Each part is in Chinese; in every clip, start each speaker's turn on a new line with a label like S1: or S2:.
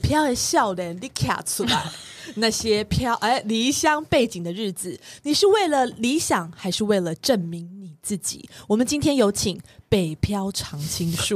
S1: 漂的笑脸，你卡出 来。那些飘哎离乡背景的日子，你是为了理想，还是为了证明你自己？我们今天有请北漂常青 树，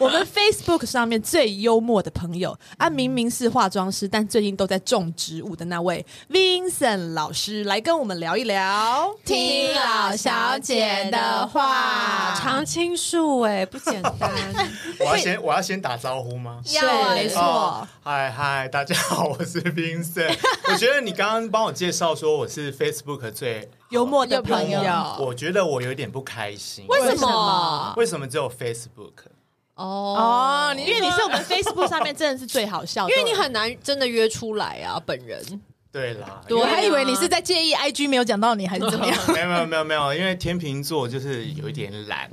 S1: 我们 Facebook 上面最幽默的朋友，啊，明明是化妆师，但最近都在种植物的那位 Vincent 老师，来跟我们聊一聊。
S2: 听老小姐的话
S3: 常青树哎，不简单。
S4: 我要先我要先打招呼吗？
S2: 要啊
S1: 对没错
S4: 哦嗨嗨，大家好， 我是 Vincent。我觉得你刚刚帮我介绍说我是 Facebook 最
S1: 幽默的朋
S2: 幽默
S1: 友，
S4: 我觉得我有点不开心。
S2: 为
S1: 什
S2: 什
S1: 么
S2: 么？
S4: 为什么只有 Facebook？
S2: 哦
S1: 哦，你因为你是我们 Facebook 上面真的是最好笑的，
S2: 因为你很难真的约出来啊，本人。
S4: 对啦，
S2: 对
S4: 因
S2: 啊
S4: 为
S3: 我还以为你是在介意 IG 没有讲到你，还是怎么样？
S4: 没有没有没有没有，因为天秤座就是有一点懒，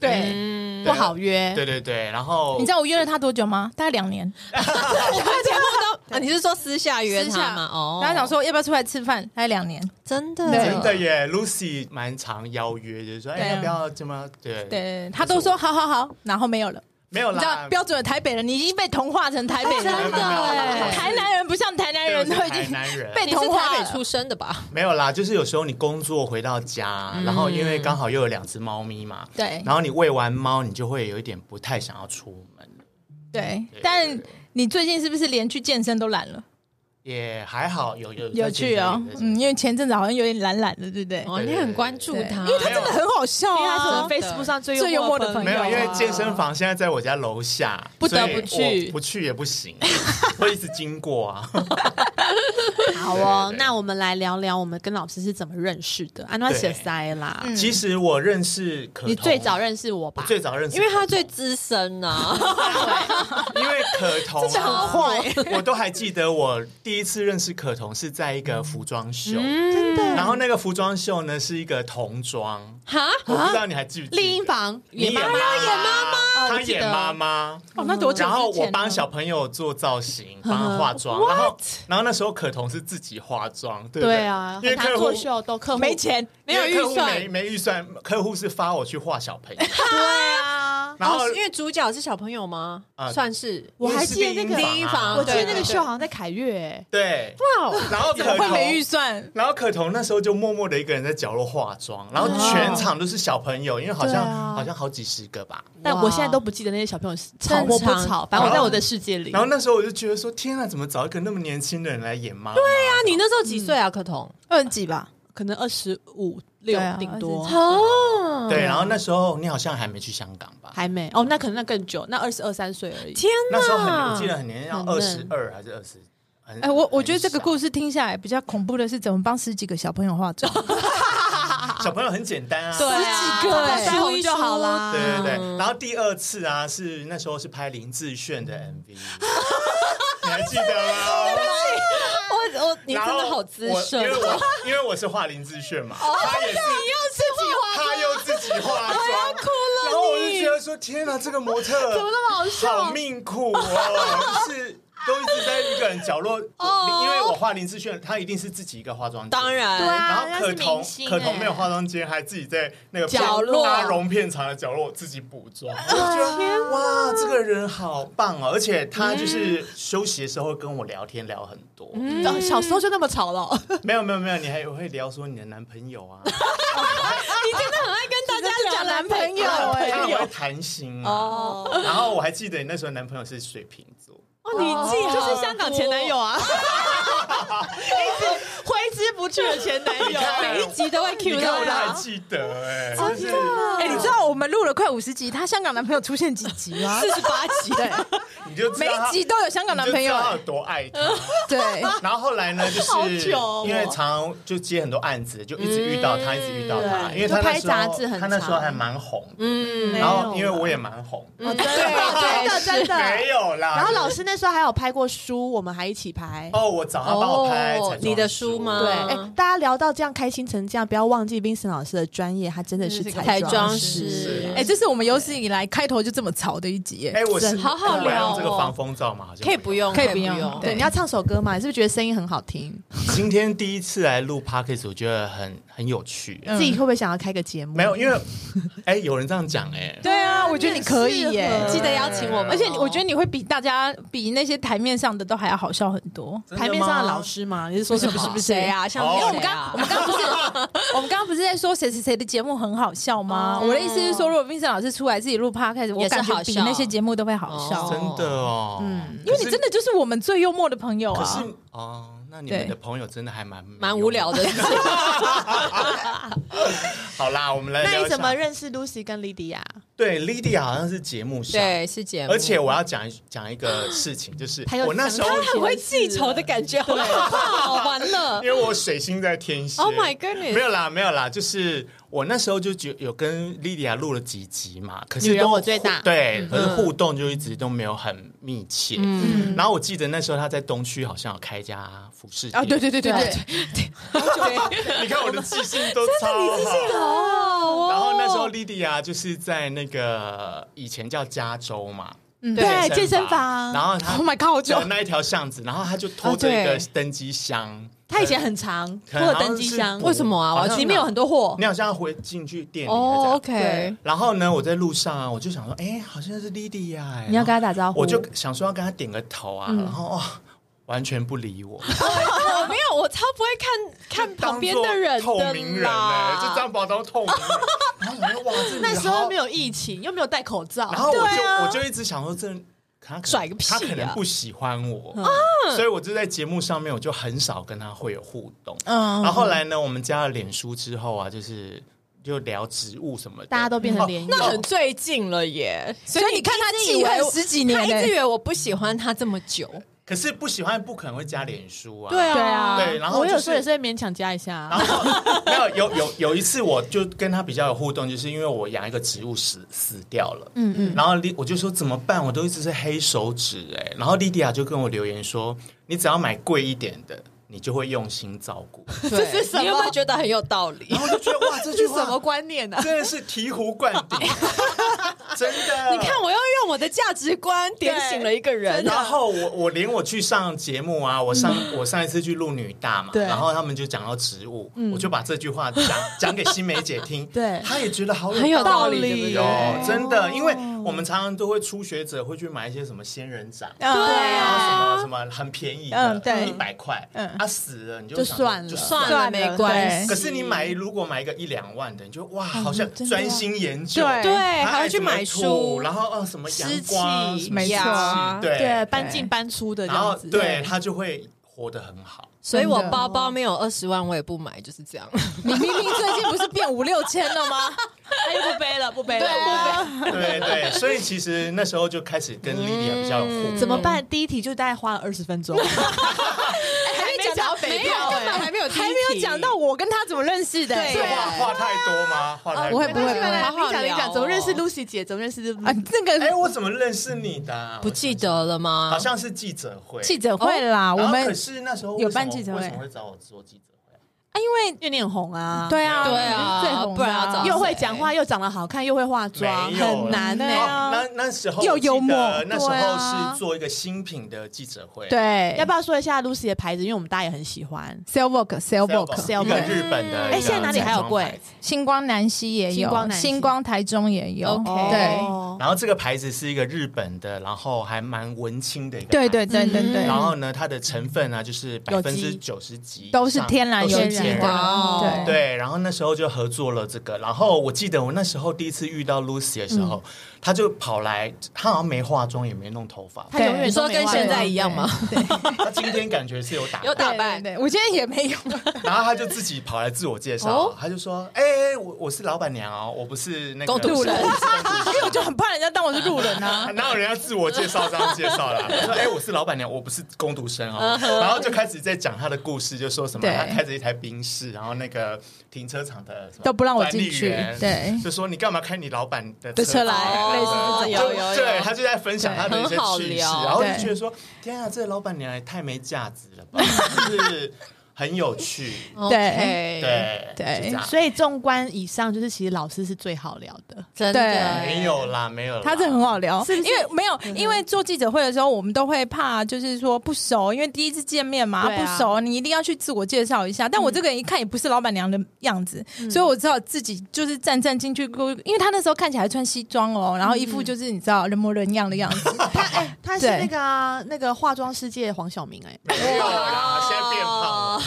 S1: 对
S2: 嗯，
S1: 不好约，
S4: 对对对，然后
S3: 哎你知道我约了他多久吗？大概两年。
S2: 啊，你是说私下约
S3: 私
S2: 他
S3: 下
S2: 吗？哦，
S3: 然后想说要不要出来吃饭，大概两年。
S2: 真的
S3: 对
S4: 真的耶，Lucy 蛮常邀约，就是说哎
S3: 对啊
S4: 要不要这么对
S3: 对，他都说好好好，然后没有了。
S4: 没有
S3: 你知道
S4: 啦，
S3: 标准的台北人，你已经被同化成台北人
S4: 没有没
S3: 了。
S4: 有没有
S2: 真 的耶
S3: 台南人不像台南
S4: 对我
S3: 人，
S4: 是
S3: 都已
S4: 台
S3: 经
S4: 南人
S3: 被
S2: 你是
S3: 同化
S2: 台
S3: 了
S2: 北。出生的吧？
S4: 没有啦，就是有时候你工作回到家，
S3: 嗯
S4: 然后因为刚好又有两只猫咪嘛，
S3: 对
S4: 然后你喂完猫，你就会有一点不太想要出门，
S3: 对
S4: 对，
S3: 但你最近是不是连去健身都懒了？
S4: 也还好，有有
S3: 有趣哦，嗯，，因为前阵子好像有点懒懒的，对不对？
S2: 哦，
S4: 对
S2: 你很关注
S3: 对
S2: 他，
S3: 因为他真的很好笑
S1: 因为他是
S3: 啊
S1: 我们。Facebook 上最
S3: 最幽默的朋
S4: 没
S3: 友
S4: 有，
S3: 啊
S4: 因为健身房现在在我家楼下，
S3: 不得
S4: 所以
S3: 不
S4: 我
S3: 去
S4: 不去也不行， 会一直经过啊。
S1: 好哦
S4: 对对，对
S1: 那我们来聊聊我们跟老师是怎么认识的。安娜写塞啦，
S3: 嗯
S4: 其实我认识可彤，
S1: 你最早认识我
S4: 我
S1: 吧？
S4: 最早认识
S2: 因
S4: 可
S2: 为
S4: 彤，
S2: 他最资深啊 呐，
S4: 因为可彤
S3: 真的很坏，
S4: 我都还记得我第一次认识可彤是在一个服装秀。
S3: 嗯
S1: 真的
S4: 然后那个服装秀呢是一个童装，
S2: 哈，
S4: 我不知道你还记不记得？
S1: 丽婴房
S4: 你
S1: 演
S4: 演
S1: 妈
S4: 妈
S1: 妈，
S4: 妈，
S1: 哦我
S4: 她
S1: 记得
S4: 演妈妈。
S3: 哦，那多久之前
S4: 然
S3: 呢？
S4: 后我帮小朋友做造型，帮他化妆，然后然后那时候可彤是自己化妆，对不
S1: 对啊，
S4: 因为
S1: 很常
S4: 客户
S1: 做秀都客户
S3: 没，钱，
S1: 没有
S4: 因为客户
S1: 预算
S4: 没没预算，客户是发我去画小 朋友，
S1: 对啊，
S4: 然后
S2: 哦因为主角是小朋友吗
S4: 啊？
S2: 算是
S1: 我还记得那个
S4: 第一 房
S1: 我
S4: 啊
S1: 记得那个
S2: 对对
S1: 秀好像在凯悦欸，
S4: 对，
S2: 哇哦，
S4: 然后
S3: 怎
S4: 可
S3: 么会
S4: 彤
S3: 没预算？
S4: 然后可彤那时候就默默的一个人在角落化妆，然后全场都是小朋友，因为好像、
S1: 哦对啊
S4: 好像好几十个吧。
S1: 但我现在都不记得那些小朋友是吵
S2: 正
S1: 或不
S2: 常
S1: 吵，反正我在我的世界里
S4: 然。后那时候我就觉得说，天啊，怎么找一个那么年轻的人来演妈妈？对
S2: 那你那时候几岁啊？可彤
S3: 二十几吧，
S1: 可能二十五六
S3: 对啊
S1: 顶多
S3: 20
S2: 哦，
S4: 对，然后那时候你好像还没去香港吧？
S1: 嗯还没哦，那可能那更久，那二十二三岁而已。
S2: 天哪，
S4: 那时候很，我记得很年轻，要
S1: 很嫩
S4: 二十二还是二十？很
S3: 哎，我我觉得这个
S4: 很
S3: 故事听下来比较恐怖的是怎么帮十几个小朋友化妆，
S4: 小小朋友很简单啊。
S1: 对啊
S3: 十几个哎
S1: 腮红就好啦，
S4: 对对
S2: 哦
S4: 对，然后第二次啊，是那时候是拍林志炫的 MV，你还记得
S1: 啊
S4: 吗？
S2: 我我你真
S4: 然后
S2: 的好资深啊
S4: 我因为我因为我是画林志炫嘛，他也是他又自己化妆，哭了。然后我就觉得说，天哪，这个模特怎么那么好笑？好命苦哦，就是 都一直在一个人角落。
S2: 哦
S4: 因为我画林志炫，他一定是自己一个化妆间，
S2: 当。然，
S1: 对啊
S4: 然后可
S1: 他是明
S4: 彤
S1: 星
S4: 可彤
S1: 欸
S4: 没有化妆间，还自己在那个
S2: 角落
S4: 大容片场的角落自己补妆，我就觉得哇，这个人好棒哦！而且他就是休息的时候跟我聊天聊很多，
S1: 嗯小时候就那么吵了，
S4: 没有没有没有，你还会聊说你的男朋友啊，
S2: 很爱跟大
S3: 大 家讲男朋友
S1: 欸
S4: 他很
S3: 哎，
S4: 会谈心啊。
S2: 哦，
S4: 然后我还记得你那时候男朋友是水瓶座，
S1: 哦，你自己就是香港前男友啊，一直挥之不去的前男友。
S2: 哦每一集都会
S4: 你
S2: Q
S4: 看
S2: 到
S4: 我都还
S2: 他。
S4: 记得哎、就是
S3: 哎，你知道我们录了快五十集，她香港男朋友出现几集吗？
S2: 四十八集，
S3: 对，
S4: 你就知
S3: 每
S4: 道
S3: 一
S4: 他
S3: 集都有香港男朋
S4: 你就
S3: 友
S4: 知道，
S3: 欸
S4: 他有多爱他。
S3: 对，
S4: 然后后来呢，就
S1: 好
S4: 是
S1: 久哦
S4: 因为常就接很多案子，就一直遇到他，一直遇到他，
S1: 对
S4: 因为他那时
S1: 就拍杂志
S4: 候
S1: 很
S4: 他那时候还蛮红，
S2: 嗯，
S4: 然后因为我也蛮红，
S1: 对真的真
S4: 没
S1: 的。
S4: 有啦。
S1: 然后老师那时候还有拍过书，我们还一起拍。
S4: 哦，我找他帮我拍
S2: 哦
S4: 彩妆
S2: 你的书吗
S1: 对，
S2: 嗯
S1: 哎，大家聊到这样开心成这样，不要忘记 Vincent 老师的专业，他真的是
S3: 真的是个
S1: 彩
S2: 彩
S1: 妆
S2: 妆
S1: 师
S2: 师。
S3: 哎，这是我们有史以来开头就这么潮的一集耶，
S4: 哎，我是
S2: 真好好
S4: 那我要
S2: 聊
S4: 用这个
S2: 哦
S4: 防风罩嘛，好像
S2: 可以不。用，
S3: 可以
S2: 不
S3: 不用
S1: 对，
S3: 对
S1: 你要唱首歌嘛？你是不是觉得声音很好听？
S4: 今天第一次来录 podcast，我觉得很很有趣。
S3: 嗯
S1: 自己会不会想要开个节目？
S4: 没有，因为 哎，有人这样讲哎，
S3: 对啊，我觉得你可以耶
S1: 很适合，
S2: 记得邀请我们，哦
S3: 而且你我觉得你会比大家比比那些台面上的都还要好笑很多。
S4: 真
S1: 台面
S4: 吗
S1: 上的老，师嘛，你是说什么？
S3: 不是不是
S2: 谁啊？像
S4: 哦
S2: 因
S3: 因
S2: 为
S3: 为
S2: 我
S3: 我
S2: 们
S3: 们
S2: 刚我
S3: 刚我
S2: 们
S3: 们刚刚不是我们刚刚不是在说谁谁谁的节目很好笑吗？我的意思是说，如果 Vincent 老师出来自己录 podcast，我
S2: 也是
S3: 感觉
S2: 好
S3: 比
S2: 笑
S3: 那些节目都会好笑，
S2: 哦
S4: 真的哦，嗯，
S3: 因为你真的就是我们最幽默的朋友
S4: 可
S3: 啊。
S4: 是哦，那你们
S3: 对
S4: 的朋友真的还蛮
S2: 蛮无聊
S4: 的。
S2: 的，
S4: 好啦，我们来
S1: 那
S4: 聊
S1: 你
S4: 一下
S1: 怎么认识 Lucy 跟 Lydia？
S4: 对 Lydia 好像是节目上，
S2: 对，是节目，
S4: 而且我要讲一讲一个事情，就是
S1: 还有
S4: 我那时候
S1: 想
S2: 很会记仇的感觉，好可怕哦，完了
S4: 因为我水星在天蝎
S2: ，Oh my goodness，
S4: 没有啦，没有啦，就是我那时候就觉有跟莉莉亚录了几集嘛，可是
S1: 女人
S4: 都
S1: 我最大嗯
S4: 对，可是互动就一直都没有很密切。嗯，然后我记得那时候她在东区好像有开一家服饰
S1: 哦
S4: 店
S3: 啊，对对对对对，
S4: 你看我的记性都超好。
S2: 哦，
S4: 然后那时候莉莉亚就是在那个以前叫加州嘛，
S1: 嗯对，健身房。
S4: 然后她
S3: Oh my god，好久
S4: 走那一条巷子，然后她就拖着
S2: 啊对
S4: 一个登机箱。
S1: 他哦以前很长，
S4: 可能
S1: 或者登机
S4: 好像
S1: 箱
S4: 是，
S2: 为什么啊？我要
S4: 好像
S2: 去
S1: 里面有很多货
S4: 你。好像回进去店里
S2: 哦
S4: 了这样。
S2: ，OK，
S4: 然后呢，我在路上啊，我就想说，哎，好像是莉莉亚，哎
S1: 你要跟他打招呼，嗯
S4: 我就想说要跟他点个头啊，然后哦，完全不理 我，
S2: 我哦没有，我超不会看看旁边的人
S4: 当作透明
S2: 的
S4: 人哎、就
S2: 啦，
S4: 张宝刀透明人，然后想说哇，这
S1: 那时候没
S4: 有，
S1: 有疫情，又没有戴口罩，
S4: 然后我就、
S1: 对啊
S4: 我就一直想说这。他可能
S2: 甩个屁啊
S4: 他可能不喜欢我，
S1: 嗯
S4: 所以我就在节目上面我就很少跟他会有互动。
S3: 嗯
S4: 然后后来呢，我们加了脸书之后啊，就是就聊植物什么的，
S1: 大家都变成
S4: 哦
S1: 联谊。
S2: 那很最近了耶，所
S3: 以你看他
S2: 以为
S3: 记恨十几年
S2: 他一直
S3: 欸
S2: 以为我不喜欢他这么久，
S4: 可是不喜欢不可能会加脸书啊。
S2: 对
S3: 对啊
S4: 对，然后
S1: 我有
S4: 就
S1: 时
S4: 是
S1: 候也是会勉强加一下啊
S4: 然。后没有有有有一次，我就跟他比较有互动，就是因为我养一个植物死死掉了，嗯嗯，然后莉我就说怎么办？我都一直是黑手指哎、然后莉迪亚就跟我留言说，你只要买贵一点的，你就会用心照顾。
S2: 这
S1: 是什么
S2: 你有没有觉得很有道理？
S4: 然后我就觉得哇，这句
S1: 是什么
S4: 话
S1: 观念呢？
S4: 真的是醍醐灌顶，真 的。
S2: 你看，我要用我的价值观点醒了一个人，
S4: 然后我我连我去上节目啊，我上我上一次去录女大嘛，
S1: 对
S4: 然后他们就讲到植物，我就把这句话讲讲给新梅姐听，
S1: 对
S4: 她也觉得好
S2: 很有道
S1: 理对不对
S4: 有哦真的，因为我们常常都会初学者会去买一些什么仙人掌。
S3: 对
S4: 然
S3: 啊，
S4: 后什么什么很便宜的，
S3: 嗯对
S4: 一百块，
S3: 嗯
S4: 啊死了你就
S1: 就
S4: 想
S1: 算了
S4: 就
S2: 算了，
S3: 算了
S2: 没关系。
S4: 可是你买如果买一个一两万的，你就哇，好像
S1: 真的
S4: 专心研究，
S3: 对
S2: 对，
S4: 它
S2: 还要去
S4: 怎么
S2: 买
S4: 土
S2: 书，
S4: 然后呃什么阳
S2: 湿
S4: 光，
S2: 气
S4: 什么
S3: 没
S4: 湿
S3: 错
S4: 气对
S1: 对，搬进搬出的这
S4: 然后
S1: 样子。
S4: 对他就会活得很好。
S2: 所以我包包没有二十万，我也不买，就是 这样。
S3: 你明明最近不是变五六千了吗？
S1: 哎，不背了，不背
S2: 啊
S1: 了，不背。
S4: 对对， 所以其实那时候就开始跟莉莉亚比较有互动。
S1: 怎么办？第一题就大概花了二十分钟，
S2: 还没讲到北漂，根本还没有
S3: 还没有讲到我跟他怎么认识的，啊
S4: 是
S2: 对
S4: 话话太多吗？话太多。
S3: 嗯哦不会不会
S1: 没关系
S2: 好好
S1: 你讲你
S2: 聊
S1: 讲，
S2: 哦
S1: 怎么认识 Lucy 姐？怎么认识
S3: 啊
S1: Lucy？，
S3: 那
S4: 哎，
S3: 个
S4: 我怎么认识你的啊？
S2: 不记得了
S4: 我
S2: 吗？
S4: 好像是记者会。
S3: 记者会啦，
S4: 然后
S3: 我
S4: 可
S3: 们
S4: 是那时候
S3: 有
S4: 为什么
S3: 办记者会
S4: 为什么会找我做记者会啊？
S3: 啊，因为
S1: 因为你很红啊，
S3: 对啊
S2: 对
S3: 最
S2: 啊，
S3: 红的
S2: 不然要找
S1: 又会讲话，又长得好看，又会化妆，
S4: 没有
S1: 很难呢。
S3: 对啊
S4: 哦那那时候
S3: 又
S4: 我记得
S3: 幽默
S4: 那时
S1: 对啊
S4: 候是做一个新品的记者会，
S3: 对，啊
S1: 要不要说一下 Lucy 的牌子？因为我们大家也很喜欢。
S3: Cell Work Cell
S4: Selbook，
S3: Work
S4: 一个日本的。
S2: 嗯
S1: 哎，现在哪里还有贵？？
S3: 星光南西也有，
S1: 星光南西
S3: 星光台中也有
S2: OK
S3: 对
S1: 哦
S4: 然后这个牌子是一个日本的，然后还蛮文青的一个。
S3: 对对。对
S1: 嗯
S3: 对对，
S4: 然后呢，它的成分呢、就是百
S1: 有
S4: 分之
S1: 机
S4: 九十几
S3: 都是
S4: 以上
S3: 天然
S4: 都是
S3: 有
S1: 机
S3: 机
S4: 天
S1: 的，
S3: 的，
S4: 然
S2: 哇哦
S3: 对
S4: 对，然后那时候就合作了这个。然后我记得我那时候第一次遇到 Lucy 的时候，她就跑来，她好像没化妆，也没弄头发
S1: 他永远
S2: 你说跟现在一
S1: 样，
S2: 样吗？
S4: 她今天感觉是有打扮
S2: 有打扮
S3: 对，对我今天也没有，
S4: 然后她就自己跑来自我介绍
S2: 哦，
S4: 她就说：“哎、我我是老板娘哦，我不是那个
S2: 工读人
S4: 我不是工读生
S3: 因为我就很怕人家当我是路人啊。
S4: 哪有人家自我介绍这样介绍啦？ 说哎、我是老板娘，我不是工读生哦。然后就开始在讲他的故事，就说什么
S3: 对
S4: 他开着一台宾士，然后那个停车场的什么
S3: 都不让我进去
S4: 管理员
S3: 对
S4: 就说你干嘛开你老板的
S3: 的车来
S4: 子
S3: 类似这种
S4: 就
S2: 有有有
S4: 对他就在分享他的一些
S2: 很好
S4: 趣事，
S2: 聊
S4: 然后就
S3: 对
S4: 觉得说天啊，这老板娘也太没价值了吧，就是。很有趣，
S1: 对
S2: OK
S4: 对
S1: 对
S4: 是这样
S1: 所以纵观以上，就是其实老师是最好聊的。
S2: 真
S3: 对
S2: 的
S4: 没有啦，没有啦，
S3: 他这很好聊，
S1: 是不是嗯
S3: 因为没有，因为做记者会的时候，我们都会怕，就是说不熟，因为第一次见面嘛，
S1: 对啊嗯
S3: 不熟，你一定要去自我介绍一下。但我这个人一看也不是老板娘的样子，所以我只好自己就是战战兢兢，因为他那时候看起来还穿西装哦，
S1: 嗯
S3: 然后一副就是你知道人模人样的样 子，
S1: 他哎，他是
S3: 对
S1: 那个啊那个化妆世界黄晓明哎，
S4: 没有啦，现在变胖了，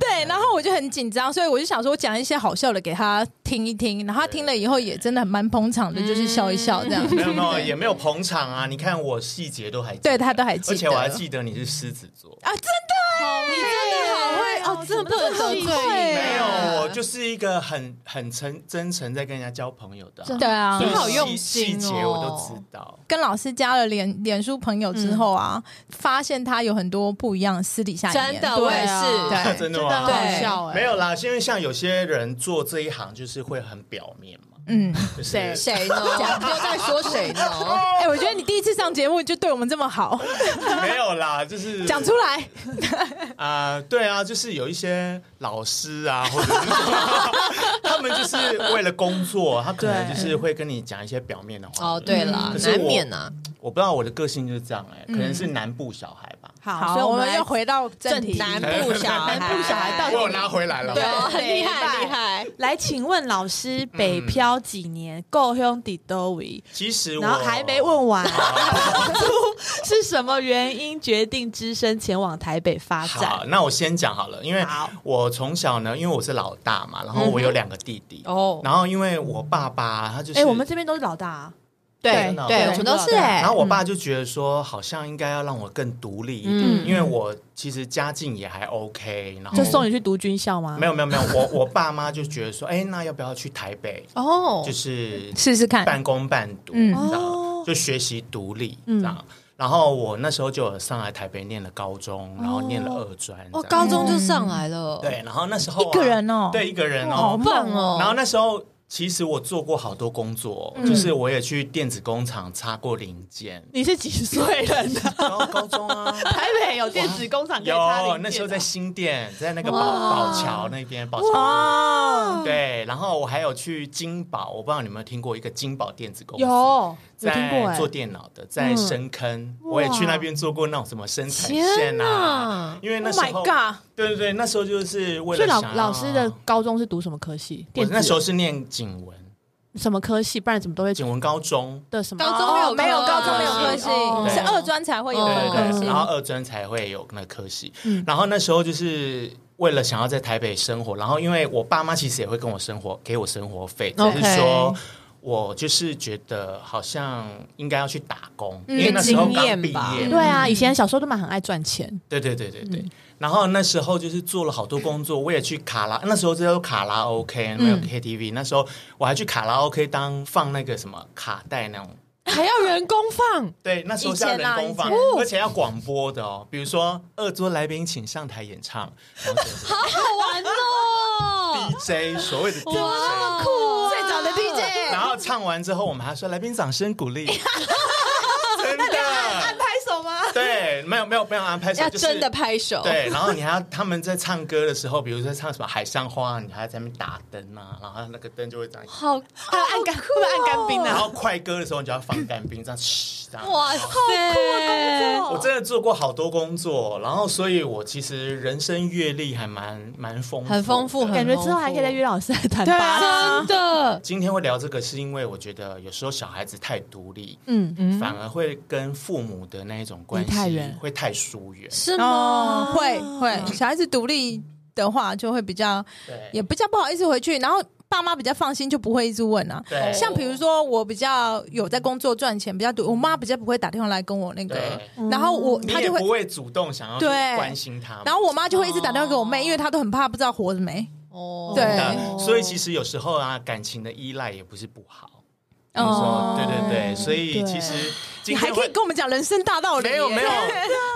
S3: 对，然后我就很紧张，所以我就想说，我讲一些好笑的给他听一听，然后他听了以后也真的很蛮捧场的，就是笑一笑这样。
S4: 没有没有，也没有捧场啊。你看我细节都还记得
S3: 对他都还记得
S4: 而且我还记得你是狮子座。
S3: 啊，真的耶，
S1: 会
S2: 啊
S1: 哦，真的不能
S2: 得罪
S1: 会
S4: 没有，
S2: 对啊
S4: 我就是一个很很诚真诚在跟人家交朋友的啊，
S3: 对啊，
S4: 所以
S2: 你好
S4: 细
S2: 用
S4: 细
S2: 心
S4: 节
S2: 哦
S4: 我都知道。
S3: 跟老师加了脸脸书朋友之后啊，发现他有很多不一样的私底下一
S2: 真
S3: 面
S2: 的，
S3: 对
S2: 我也是。
S3: 对
S4: 真的
S1: 真的
S4: 吗？
S1: 很好
S3: 对
S1: 笑哎，
S4: 没有啦，是因为像有些人做这一行就是会很表面嘛，
S3: 嗯，
S4: 就是
S1: 谁
S2: 谁呢？ 又在说谁呢？
S3: 哎、我觉得你第一次上节目就对我们这么好，
S4: 没有啦，就是
S3: 讲出来，
S4: 啊、对啊，就是有一些老师啊，或者是他们就是为了工作，他可能就是会跟你讲一些表面的话。
S2: 哦，对啦
S4: 嗯可，是我
S2: 难免啊。
S4: 我不知道我的个性就是这样哎、可能是南部小孩吧。
S1: 好，所以我们
S3: 又
S1: 要回
S3: 回到 正题。
S2: 南部小孩，
S1: 南部小孩到底
S4: 有拿回来了
S2: 对啊，
S1: 对
S2: 很厉害，
S1: 明白
S2: 很厉害。
S1: 来，请问老
S4: 嗯
S1: 师，北漂几年，够用底多维？
S4: 其实我
S1: 然后还没问 完， 是什么原因决定只身前往台北发展
S4: 好，？那我先讲好了，因为
S1: 好嗯
S4: 我从小呢，因为我是老大嘛，然后我有两个弟弟，
S2: 哦，
S4: 然后因为我爸爸他就是，
S1: 哎、我们这边都是老大、啊，
S2: 对
S4: 对
S2: 对，我们都是哎
S4: 然，
S1: 嗯
S4: 后我爸就觉得说，好像应该要让我更独立一点，
S2: 嗯
S4: 因为我其实家境也还 OK，然后
S1: 就送你去读军校吗？
S4: 没有没有没有，我我爸妈就觉得说，哎，那要不要去台北，
S2: 哦
S4: 就，是
S3: 试试看，
S4: 半工半读，
S3: 嗯
S4: 这
S1: 哦，
S4: 样就学习独立这样。然后我那时候就有上来台北念了高中，然后念了二专，
S2: 哦，
S4: 这
S2: 高
S4: 样
S2: 中就上来了，
S4: 对，然后那时候啊
S3: 一个人哦
S4: 对，一个人
S3: 哇
S4: 哦
S3: 好，
S2: 棒哦。
S4: 然后那时候其实我做过好多工作哦，就是我也去电子工厂擦过零件
S1: 你是几岁人 的？
S4: 然后高中啊。
S1: 台北有电子工厂可以插零件
S4: 有
S1: 啊，
S4: 那时候在新店，在那个宝宝桥那边，宝桥
S3: 哦，
S4: 对，然后我还有去金宝，我不知道你有没有听过一个金宝电子公司，
S1: 有有听过
S4: 在
S1: 哎、嗯
S4: 做电脑的，在深坑，
S1: 哇
S4: 我也去那边做过那种什么生产线
S2: 天
S4: 啊
S2: 哪，
S4: 因为那
S3: Oh
S4: 时
S3: my
S4: 候，
S3: god！
S4: 对对对，那时候就是为
S1: 所
S4: 了
S1: 以老
S4: 想要啊
S1: 老师的，高中是读什么科系？
S4: 我
S1: 电子
S4: 那时候是念景文，
S1: 什么科系？不然怎么都会
S4: 景文高中，
S1: 的什么？
S2: 高中没有
S3: 哦没有
S2: 科
S3: 高中没有科
S1: 系啊哦
S3: 系，是二专才会有
S4: 对
S2: 哦
S4: 对
S3: 科
S4: 对，
S3: 系
S4: 然。后二专才会有那个科系
S1: 嗯，
S4: 然后那时候就是。为了想要在台北生活，然后因为我爸妈其实也会跟我生活，给我生活费，只
S1: OK
S4: 是说我就是觉得好像应该要去打工，
S3: 嗯
S4: 因为那时候刚
S2: 经
S4: 毕
S2: 验吧嗯
S4: 业，
S1: 对啊，以前小时候都蛮很爱赚钱，
S4: 对对对对对。然后那时候就是做了好多工作，我也去卡拉， 那时候叫做卡拉 OK，没有
S2: 嗯
S4: KTV、那时候我还去卡拉 OK 当放那个什么卡带那种。
S2: 还要人工放，
S4: 对，那时候是要
S3: 以前
S4: 人
S3: 啊
S4: 工放，
S3: 以前
S4: 而且要广播的哦。比如说，二桌来宾请上台演唱，然后就是
S2: 好玩 哦，
S4: DJ 所谓的 DJ，
S2: 酷
S3: 最早的 DJ
S4: 然后唱完之后，我们还说来宾掌声鼓励，真的安排手吗？对，没有没有没有安排手，
S2: 要
S4: 就是
S2: 真的拍手，
S4: 对，然后你还要他们在唱歌的时候，比如说唱什么《海上花》，你还要在那边打灯啊，然后那个灯就会这样。
S2: 好
S1: 还有按干，会不会按干冰
S4: 然
S1: 啊？
S4: 后快歌的时候，你就要放干冰，这样嘘这样。
S2: 哇，好
S3: 啊
S2: 酷
S4: 我真的做过好多工作，然后所以我其实人生阅历还蛮蛮丰富，
S2: 很丰富很
S1: 感觉之后还可以再约老师来谈
S3: 对
S1: 吧。
S3: 啊，
S2: 真的，
S4: 今天会聊这个，是因为我觉得有时候小孩子太独立，
S1: 嗯，
S4: 反而会跟父母的那一种关系
S1: 离太远
S4: 会太疏远。
S2: 是
S3: 哦
S2: 吗？，
S3: 会会，小孩子独立的话就会比较也
S4: 对，
S3: 比较不好意思回去，然后爸妈比较放心，就不会一直问啊。
S4: 对，
S3: 像比如说，我比较有在工作赚钱，比较多，我妈比较不会打电话来跟我那个，
S4: 对
S3: 然后我
S4: 你
S3: 她
S4: 也
S3: 就会
S4: 不，会主动想要去
S3: 对
S4: 关心他们，
S3: 然后我妈就会一直打电话给我
S2: 哦
S3: 妹，因为她都很怕不知道活着没。
S2: 哦
S3: 对
S4: 的，所以其实有时候啊，感情的依赖也不是不好。
S3: 哦
S4: 哦，对对对，所以
S1: 对
S4: 其实
S3: 你
S4: 今
S3: 还
S4: 天
S3: 可
S4: 会
S3: 以跟我们讲人生大道理耶？
S4: 没有没有
S2: 还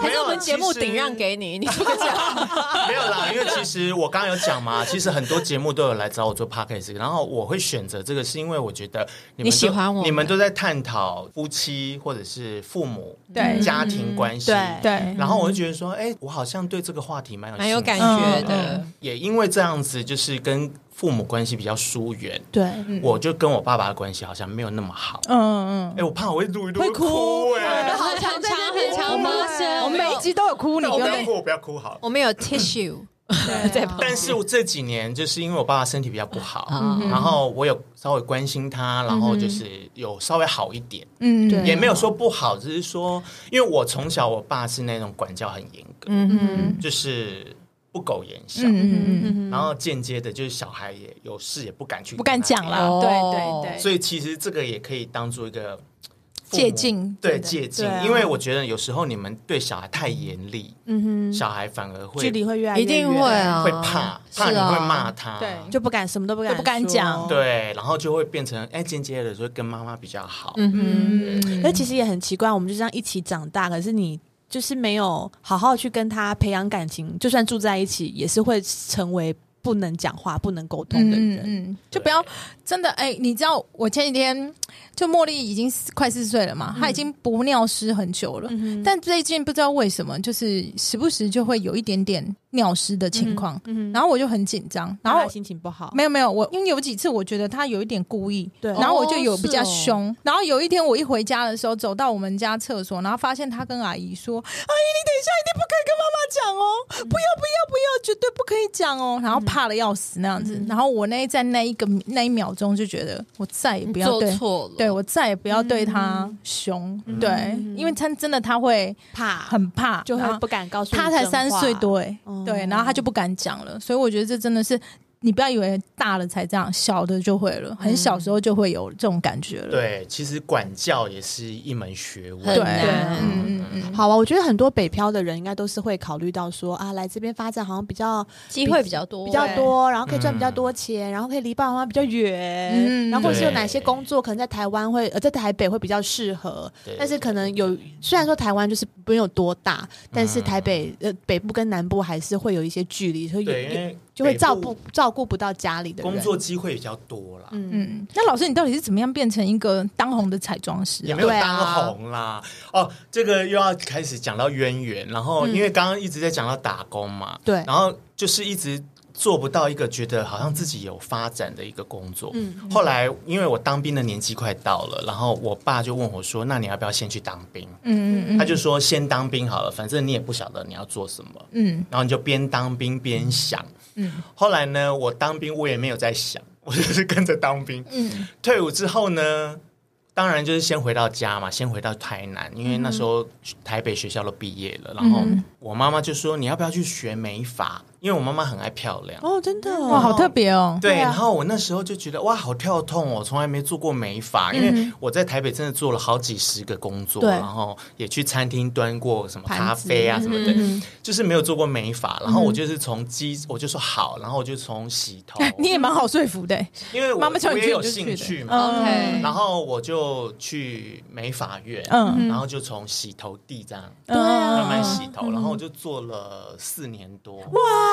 S4: 没
S2: 是
S4: 有，啊
S2: 我们节目
S4: 其实
S2: 顶让给你，你就这 样。
S4: 没有啦，因为其实我刚刚有 讲嘛，其实很多节目都有来找我做 podcast，然后我会选择这个，是因为我觉得你们
S2: 你
S4: 都
S2: 喜欢我们
S4: 你们都在探讨夫妻或者是父母
S3: 对
S4: 家庭关系。
S1: 对
S3: 对，
S4: 然后我就觉得说，哎、我好像对这个话题蛮有
S2: 嗯蛮有
S4: 兴
S2: 感
S4: 趣的
S2: 觉
S3: 嗯
S2: 的，
S4: 也因为这样子，就是跟父母关系比较疏远，
S1: 对，
S3: 嗯
S2: 嗯
S4: 我就跟我爸爸的关系好像没有那么好。
S3: 嗯嗯
S4: 哎、我怕我会录一录
S3: 会
S4: 哭
S3: 哭
S4: 哎、
S2: 好常常很常发
S3: 嗯，
S2: 生。
S3: 我们每一集都有哭，你
S4: 那我
S3: 不
S4: 不
S3: 用
S4: 要哭，我不要哭好了。
S2: 我们有 tissue 在旁边
S4: 但是我这几年就是因为我爸爸身体比较不好，
S2: 啊
S4: 然后我有稍微关心他，然后就是有稍微好一点，
S3: 嗯，对
S4: 也没有说不好，只是说因为我从小我爸是那种管教很严格，
S2: 嗯
S4: 就是不苟言笑，
S3: 嗯嗯
S1: 嗯
S4: 然后间接的就是小孩也有事也不敢去
S3: 不敢讲
S4: 跟他
S3: 啦
S2: 哦
S3: 对对对
S4: 所以其实这个也可以当做一个父母
S3: 借鉴
S4: 对
S3: 对的
S4: 借
S1: 对
S4: 鉴
S1: 啊，
S4: 因为我觉得有时候你们对小孩太严厉，
S1: 嗯
S4: 小孩反而
S1: 哼，
S4: 会
S1: 距离会越来
S2: 嗯，
S1: 越
S2: 一定
S1: 远
S2: 会，啊，
S4: 会怕，怕
S2: 是
S4: 你
S2: 啊
S4: 会骂他，
S3: 对
S1: 就不敢什么都不敢
S3: 都不敢
S1: 说
S3: 讲
S4: 对，然后就会变成哎，间接的说跟妈妈比较好，
S3: 嗯嗯
S2: 哎
S1: 那其实也很奇怪，我们就这样一起长大，可是你就是没有好好去跟他培养感情，就算住在一起，也是会成为不能讲话、不能沟通的
S3: 嗯
S1: 人。
S3: 嗯，就不要真的哎、你知道我前几天就茉莉已经四快四岁了
S1: 嗯
S3: 嘛，她已经不尿湿很久了，但最近不知道为什么，就是时不时就会有一点点尿湿的情况，
S1: 嗯
S3: 然后我就很紧张，然后
S1: 怕他心情不好，
S3: 没有没有，我因为有几次我觉得他有一点故意，
S1: 对
S3: 然后我就
S2: 哦
S3: 有比较
S2: 是哦
S3: 凶。然后有一天我一回家的时候，走到我们家厕所，然后发现他跟阿姨说：“阿姨，你等一下一定不可以跟妈妈讲哦，不要不要不要，绝对不可以讲哦。”然后怕的要死那样子。然后我那一在那一个那一秒钟就觉得，我再也不要
S2: 做
S3: 对，
S2: 错了，
S3: 对我再也不要对他凶，对，因为他真的他会
S1: 怕
S3: 很怕，
S1: 就
S3: 然
S1: 会
S3: 后
S1: 不敢告诉你
S3: 他才
S1: 真话
S3: 三岁，多、欸，
S1: 哦
S3: 对，然后他就不敢讲了，所以我觉得这真的是，你不要以为大了才这样，小的就会了，很小时候就会有这种感觉了。
S4: 对，其实管教也是一门学问，
S2: 很
S3: 对，
S2: 难
S3: 嗯嗯嗯，
S1: 好啊，我觉得很多北漂的人应该都是会考虑到说啊，来这边发展好像比较
S2: 机会比较多，
S1: 比较多，然后可以
S4: 嗯
S1: 赚比较多钱，然后可以离爸爸妈妈比较远，
S3: 嗯
S1: 然后或者是有哪
S4: 对
S1: 些工作可能在台湾会呃在台北会比较适合
S4: 对，
S1: 但是可能有虽然说台湾就是不用有多大，但是
S4: 嗯
S1: 台北、呃北部跟南部还是会有一些距离，所以有
S4: 对，因
S1: 有
S4: 为
S1: 就会
S4: 北
S1: 照
S4: 部
S1: 顾照顾不到家里的人
S4: 工作机会比较多啦，
S1: 嗯
S3: 嗯，那老师，你到底是怎么样变成一个当红的彩妆师、
S4: 也
S3: 啊
S4: 没？有
S1: 对啊
S4: 当红啦。
S1: 啊
S4: 哦，这个又要开始讲到渊源，然后因为刚刚一直在讲到打工嘛，
S1: 嗯对
S4: 然后就是一直。做不到一个觉得好像自己有发展的一个工作。
S1: 嗯
S4: 后来因为我当兵的年纪快到了，然后我爸就问我说：“那你要不要先去当兵？”
S3: 嗯嗯嗯，
S4: 他就说：“先当兵好了，反正你也不晓得你要做什么。”
S3: 嗯，
S4: 然后你就边当兵边想。
S3: 嗯
S4: 后来呢，我当兵我也没有在想，我就是跟着当兵。
S3: 嗯
S4: 退伍之后呢，当然就是先回到家嘛，先回到台南，因为那时候台北学校都毕业了。然后
S3: 嗯
S4: 我妈妈就说：“你要不要去学美发？”因为我妈妈很爱漂亮。
S1: 哦，真
S4: 嗯
S1: 的
S3: 哇，好特别哦。
S4: 对，
S1: 对啊
S4: 然后我那时候就觉得哇，好跳痛哦，从来没做过美发，因
S3: 嗯
S4: 为我在台北真的做了好几十个工作，
S1: 对
S4: 然后也去餐厅端过什么
S1: 盘子
S4: 咖啡啊什么的，
S1: 嗯
S4: 就是没有做过美发。
S3: 嗯
S4: 然后我就是从基，我就说好，然后我就从洗头，
S3: 你也蛮好说服的、欸，
S4: 因为我
S3: 妈妈叫
S4: 我
S3: 你
S4: 也
S3: 去
S4: 有
S3: 你就
S4: 兴
S3: 去
S4: 趣
S3: 的。哦
S4: 嘛，
S2: OK
S4: 然后我就去美发院，
S3: 嗯
S4: 然后就从洗头地这样
S3: 对啊
S4: 慢慢洗头，然后我就做了四年多。
S1: 哇，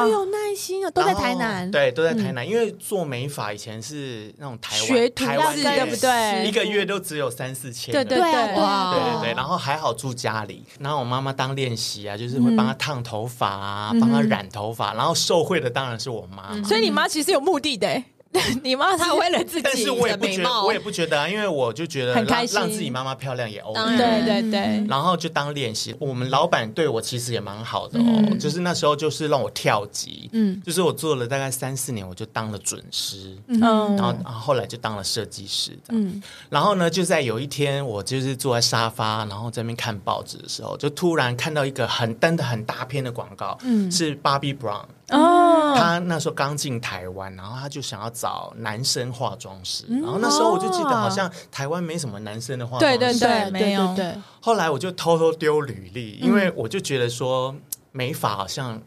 S1: 好有耐心啊，都在
S4: 然后
S1: 台南，
S4: 对，都在台南，因为做美发以前是那种台湾
S3: 学徒
S4: 台
S1: 要
S4: 湾
S1: 跟
S3: 制
S4: 人
S3: 对不对？
S4: 一个月都只有三四千而
S3: 对
S4: 已，
S3: 对哦
S1: 对啊，
S2: 哇
S4: 对对
S1: 啊
S4: 对，然后还好住家里，然后我妈妈当练习啊，就是会帮她烫头发啊，帮她染头发，然后受惠的当然是我妈嘛。
S3: 所以你妈其实有目的的、欸， 你妈嗯她为了自己，
S4: 但是我也不觉
S2: 美貌
S4: 我也不觉得啊，因为我就觉得
S3: 很
S4: 让
S3: 开心
S4: 让自己妈妈漂亮也 OK，
S2: 当然
S3: 对对对，
S4: 然后就当练习。我们老板对我其实也蛮好的哦，就是那时候就是让我跳级，嗯，就是我做了大概三四年，我就当了准师，
S3: 嗯
S4: 然后然后后来就当了设计师，嗯
S1: 嗯，
S4: 然后呢，就在有一天，我就是坐在沙发，然后在那边看报纸的时候，就突然看到一个很登的很大片的广告，嗯，是 Bobby Brown，
S3: 哦，
S4: 他那时候刚进台湾，然后他就想要找男生化妆师，
S3: 嗯
S4: 然后那时候我就记得好像台湾没什么男生的化妆
S3: 哦对
S4: 师，
S3: 对
S1: 对
S3: 没有嗯
S1: 对对
S4: 后来我就偷偷丢履历，因为我就觉得说美发好像。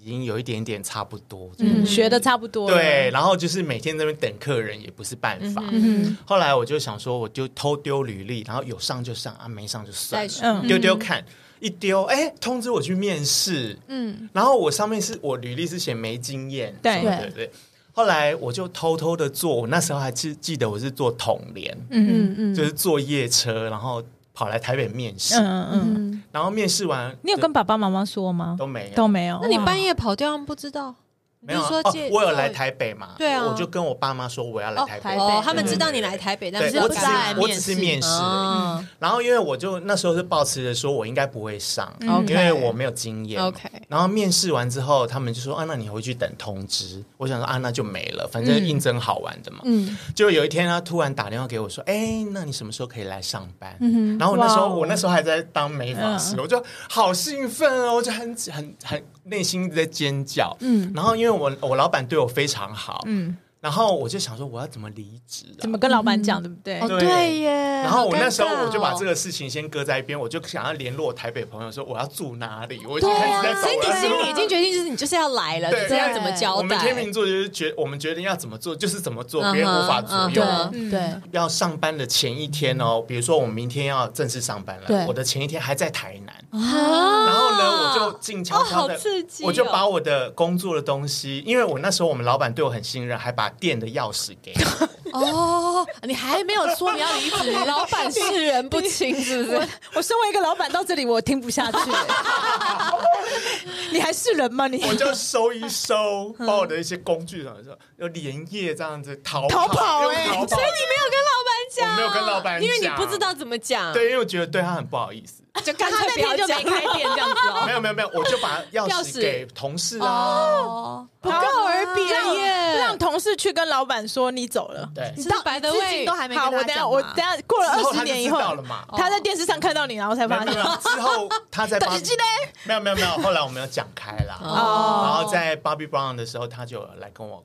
S4: 已经有一点点差不多，
S3: 嗯，学的差不多了，
S4: 对，然后就是每天在那边等客人也不是办法。
S3: 嗯
S4: 后来我就想说，我就偷丢履历，然后有上就上啊，没上就算
S2: 再
S4: 了，
S2: 说
S4: 丢丢看。一丢，哎、通知我去面试，嗯，然后我上面是我履历是写没经验，
S3: 对
S4: 什么的对对。后来我就偷偷的做，我那时候还记记得我是做统联，
S3: 嗯
S1: 嗯
S4: 就是坐夜车，然后跑来台北面试，
S3: 嗯嗯，
S1: 嗯，
S4: 然后面试完，
S3: 你有跟爸爸妈妈说吗？
S4: 都没有
S3: 都没有，
S2: 那你
S3: 哇
S2: 半夜跑掉，他们不知道？
S4: 没有啊
S2: 你说
S4: 哦
S2: 借，
S4: 我有来台北嘛？
S2: 对啊
S4: 我就跟我爸妈说我要来
S2: 哦，
S4: 台
S2: 台
S4: 北，
S2: 北，哦他们知道你来台北，但
S4: 对
S2: 是不
S4: 我只
S2: 知道
S4: 是
S2: 来
S4: 我只是面试而已。
S2: 嗯
S4: 然后因为我就那时候是抱持着说我应该不会上，
S2: OK
S4: 因为我没有经验。
S2: OK
S4: 然后面试完之后，他们就说啊，那你回去等通知。我想说啊，那就没了，反正应征好玩的嘛。嗯，就有一天他突然打电话给我说，哎，那你什么时候可以来上班？然后我那时候
S3: 哇哦
S4: 我那时候还在当美发师，我就好兴奋哦，我就很很很内心一直在尖叫。嗯，然后因为我我老板对我非常好，嗯，然后我就想说我要怎么离职啊？
S3: 怎么跟老板讲，对不对？
S2: 哦，
S4: 对
S2: 对耶。
S4: 然后我那时候
S2: 好尴尬哦
S4: 我就把这个事情先搁在一边，我就想要联络我台北朋友说我要住哪里，我就
S2: 对
S4: 开始在
S2: 啊，
S4: 找
S2: 所以
S4: 我要
S2: 你
S4: 住
S2: 心里已经决定，就是你就是要来了，
S4: 对
S2: 你这样怎么交
S4: 我们天
S2: 代？
S4: 秤座就是决我们决定要怎么做就是怎么做，
S2: 嗯
S4: 别人
S2: 哼
S4: 无法左右。
S2: 嗯
S3: 嗯
S2: 对对，
S4: 要上班的前一天哦，比如说我们明天要正式上班
S1: 对
S4: 了，我的前一天还在台南，
S2: 啊
S4: 然后呢，我就静悄悄
S2: 哦
S4: 的
S2: 好刺激哦，
S4: 我就把我的工作的东西，因为我那时候我们老板对我很信任，还把店的钥匙给我。
S1: 哦，你还没有说你要离职，
S2: 老板世人不清，是不是？
S3: 我身为一个老板，到这里我听 不下去。你还是人吗？你
S4: 我就收一收，把我的一些工具什么的，就连夜这样子逃
S3: 逃跑
S4: 跑，
S3: 欸
S4: 用逃跑
S2: 所以你没有跟老板讲，
S4: 我没有跟老板讲
S2: 因为你不知道怎么讲，
S4: 对，因为我觉得对他很不好意思。
S2: 就干脆不要
S1: 他那
S2: 讲
S1: 天就没开店
S2: 这样子
S4: 没。有没有没有，我就把钥
S2: 钥
S4: 匙
S2: 匙
S4: 给同事啊，
S2: 哦，
S3: 不
S1: 告而别
S3: 耶！让同事去跟老板说你走了。
S4: 哦对，
S2: 你
S1: 你
S2: 到
S1: 到
S2: 白
S1: 白
S2: 的
S1: 的
S2: 位
S1: 位都还没跟
S3: 好，我
S1: 他
S3: 等下
S1: 讲
S3: 我
S1: 嘛
S3: 等下过了
S4: 之后
S3: 二
S4: 他
S3: 十
S4: 就
S3: 年以
S4: 知
S3: 后
S4: 道了嘛。
S3: 他在电视上看到你，然后才
S4: 没有
S3: 发
S4: 没
S3: 现
S4: 有没有，之后他在
S3: 但是记得
S4: 没有没有没有，后来我们有讲开啦。然
S3: 哦
S4: 后在 Bobby Brown 的时候，他就来跟我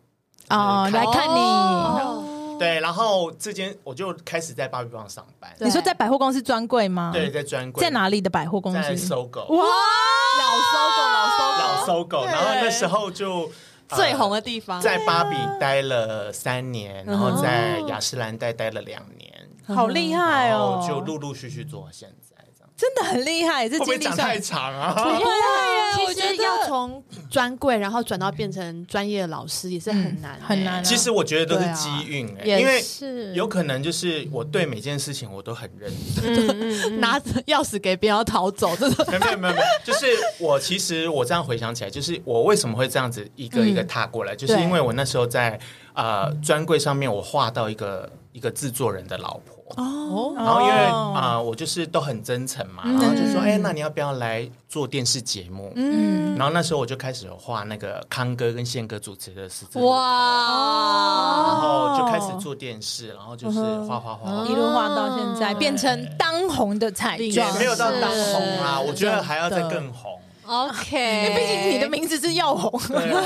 S3: 哦，来看你。
S2: 哦
S4: 对，然后这间我就开始在 Bobby Brown 上班，
S3: 你说在百货公司专柜吗？
S4: 对，，在专柜
S3: 在？哪里的百货公
S4: 在
S3: 司？
S4: 搜狗，
S3: 哇，
S1: 老搜狗，老
S4: 老
S1: 搜狗，
S4: 搜狗。然后那时候就呃
S1: 最红的地
S2: 哦
S1: 方，
S4: 在芭比待了三年，然后在雅诗兰黛待了两年，
S3: 好厉害
S4: 然后
S3: 哦！
S4: 嗯就陆陆续续做到现在这样。
S3: 真的很厉害，这
S4: 会不会
S3: 经历
S4: 讲
S3: 算
S4: 太长啊？
S1: 对啊
S2: 对啊我
S1: 其
S2: 觉
S1: 实
S2: 得
S1: 要从专柜，然后转到变成专业老师，也是很难欸，
S3: 很难啊
S4: 其实我觉得都是机运、欸，因
S1: 啊也
S4: 为
S1: 是
S4: 有可能就是我对每件事情我都很认 真。
S1: 拿着钥匙给别人要逃走，这种
S4: 没有没有没有，没有就是我其实我这样回想起来，就是我为什么会这样子一个一个踏过来，就是因为我那时候在呃专柜上面，我画到一个一个制作人的老婆。
S1: 哦，
S4: 然后因为
S3: 哦
S4: 啊、呃我就是都很真诚嘛，然后就说，哎、那你要不要来做电视节目？嗯，然后那时候我就开始有画那个康哥跟宪哥主持的十字路，然
S2: 哇，
S4: 后就开始做电视，然后就是画画画画
S1: 哦
S3: 一路画到现在，变成当红的彩
S4: 也
S3: 妆，
S4: 没有到当红啦，
S1: 是
S4: 我觉得还要再更红。
S2: OK，
S3: 因为毕竟你的名字是耀红，
S4: 对，啊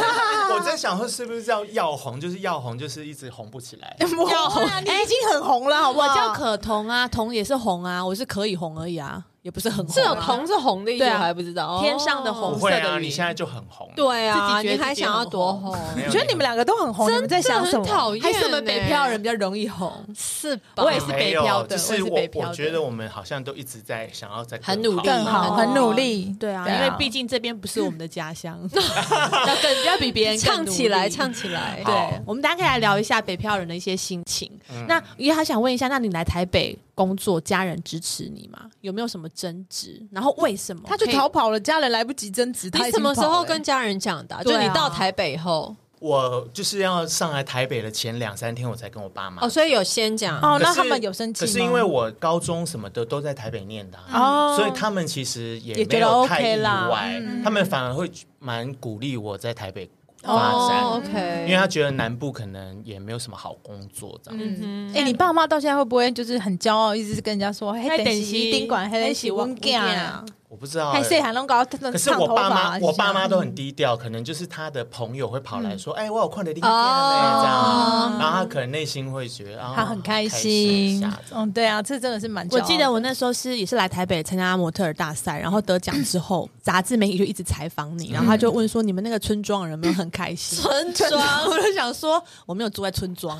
S4: 我在想说是不是叫要红，就是要红，就是一直红不起来。
S3: 耀红，你已经很红了，好不
S1: 我
S3: 好？
S1: 叫可彤啊，彤也是红啊，我是可以红而已啊，也不是很红啊，
S2: 这种红是红的意思，
S1: 对啊
S2: 我还不知道。哦
S1: 天上的红
S4: 不会啊，你现在就很红。
S2: 对啊，
S1: 自己觉
S2: 你
S1: 得
S2: 还想要多红？
S4: 没有，
S3: 我觉得你们两个都很红，你们在想什
S2: 很
S3: 么？
S2: 讨厌，欸
S1: 还是我们北漂人比较容易红，
S2: 是吧？
S1: 我也是北漂的
S4: 就是
S1: 我也是
S4: 我
S1: 北漂的
S4: 我觉得我们好像都一直在想要在
S2: 很努力
S3: 更好，很努力，
S1: 对啊，因
S3: 对啊
S1: 为毕竟这边不是我们的家 乡，要更要比别人更
S2: 唱起来，
S1: 努力
S2: 唱起来。
S4: 好
S1: 对，我们大家可以来聊一下北漂人的一些心情。那也还想问一下，那你来台北工作，家人支持你吗？有没有什么争执？然后为什么？
S3: 他就逃跑了，家人来不及争执，他
S2: 你
S3: 已
S2: 什
S3: 经
S2: 么时
S3: 跑
S2: 候
S3: 了
S2: 跟家人讲的啊？
S1: 对
S2: 就
S1: 啊
S2: 你到台北以后
S4: 我就是要上来台北的前两三天，我才跟我爸妈
S2: 哦，。所以有先讲
S3: 哦，
S4: 可
S3: 那
S4: 是
S3: 他们有生气
S4: 可
S3: 吗？
S4: 是因为我高中什么的都在台北念的啊，
S3: 哦，
S4: 所以他们其实也
S3: 也觉
S4: 没
S3: 得
S4: 有太
S3: OK
S4: 意
S3: 啦
S4: 外，他们反而会蛮鼓励我在台北发展，
S2: 哦
S4: 因为
S2: ，OK，
S4: 他觉得南部可能也没有什么好工作这样。
S3: 嗯，哎，你爸妈到现在会不会就是很骄傲，一直跟人家说，嘿，等洗宾馆，嘿，等洗温家啊，
S4: 我不知道、
S3: 嘿，谁
S4: 欸。
S3: 还能搞烫头发啊？嗯
S4: 可是我爸妈，我爸妈都很低调，可能就是他的朋友会跑来说：“哎、我有空的地方、欸
S2: 哦
S4: 这样。然后他可能内心会觉得啊，
S3: 他很开
S4: 心一
S3: 心
S4: 下。
S3: 嗯，对啊，这真的是蛮骄
S1: 我
S3: 傲的。
S1: 记得我那时候是也是来台北参加模特儿大赛，然后得奖之后，杂志媒体就一直采访
S3: 嗯
S1: 你，然后他就问说你们那个村庄人有没有很开心？
S2: 村 庄
S1: 我就想说我没有住在村 庄，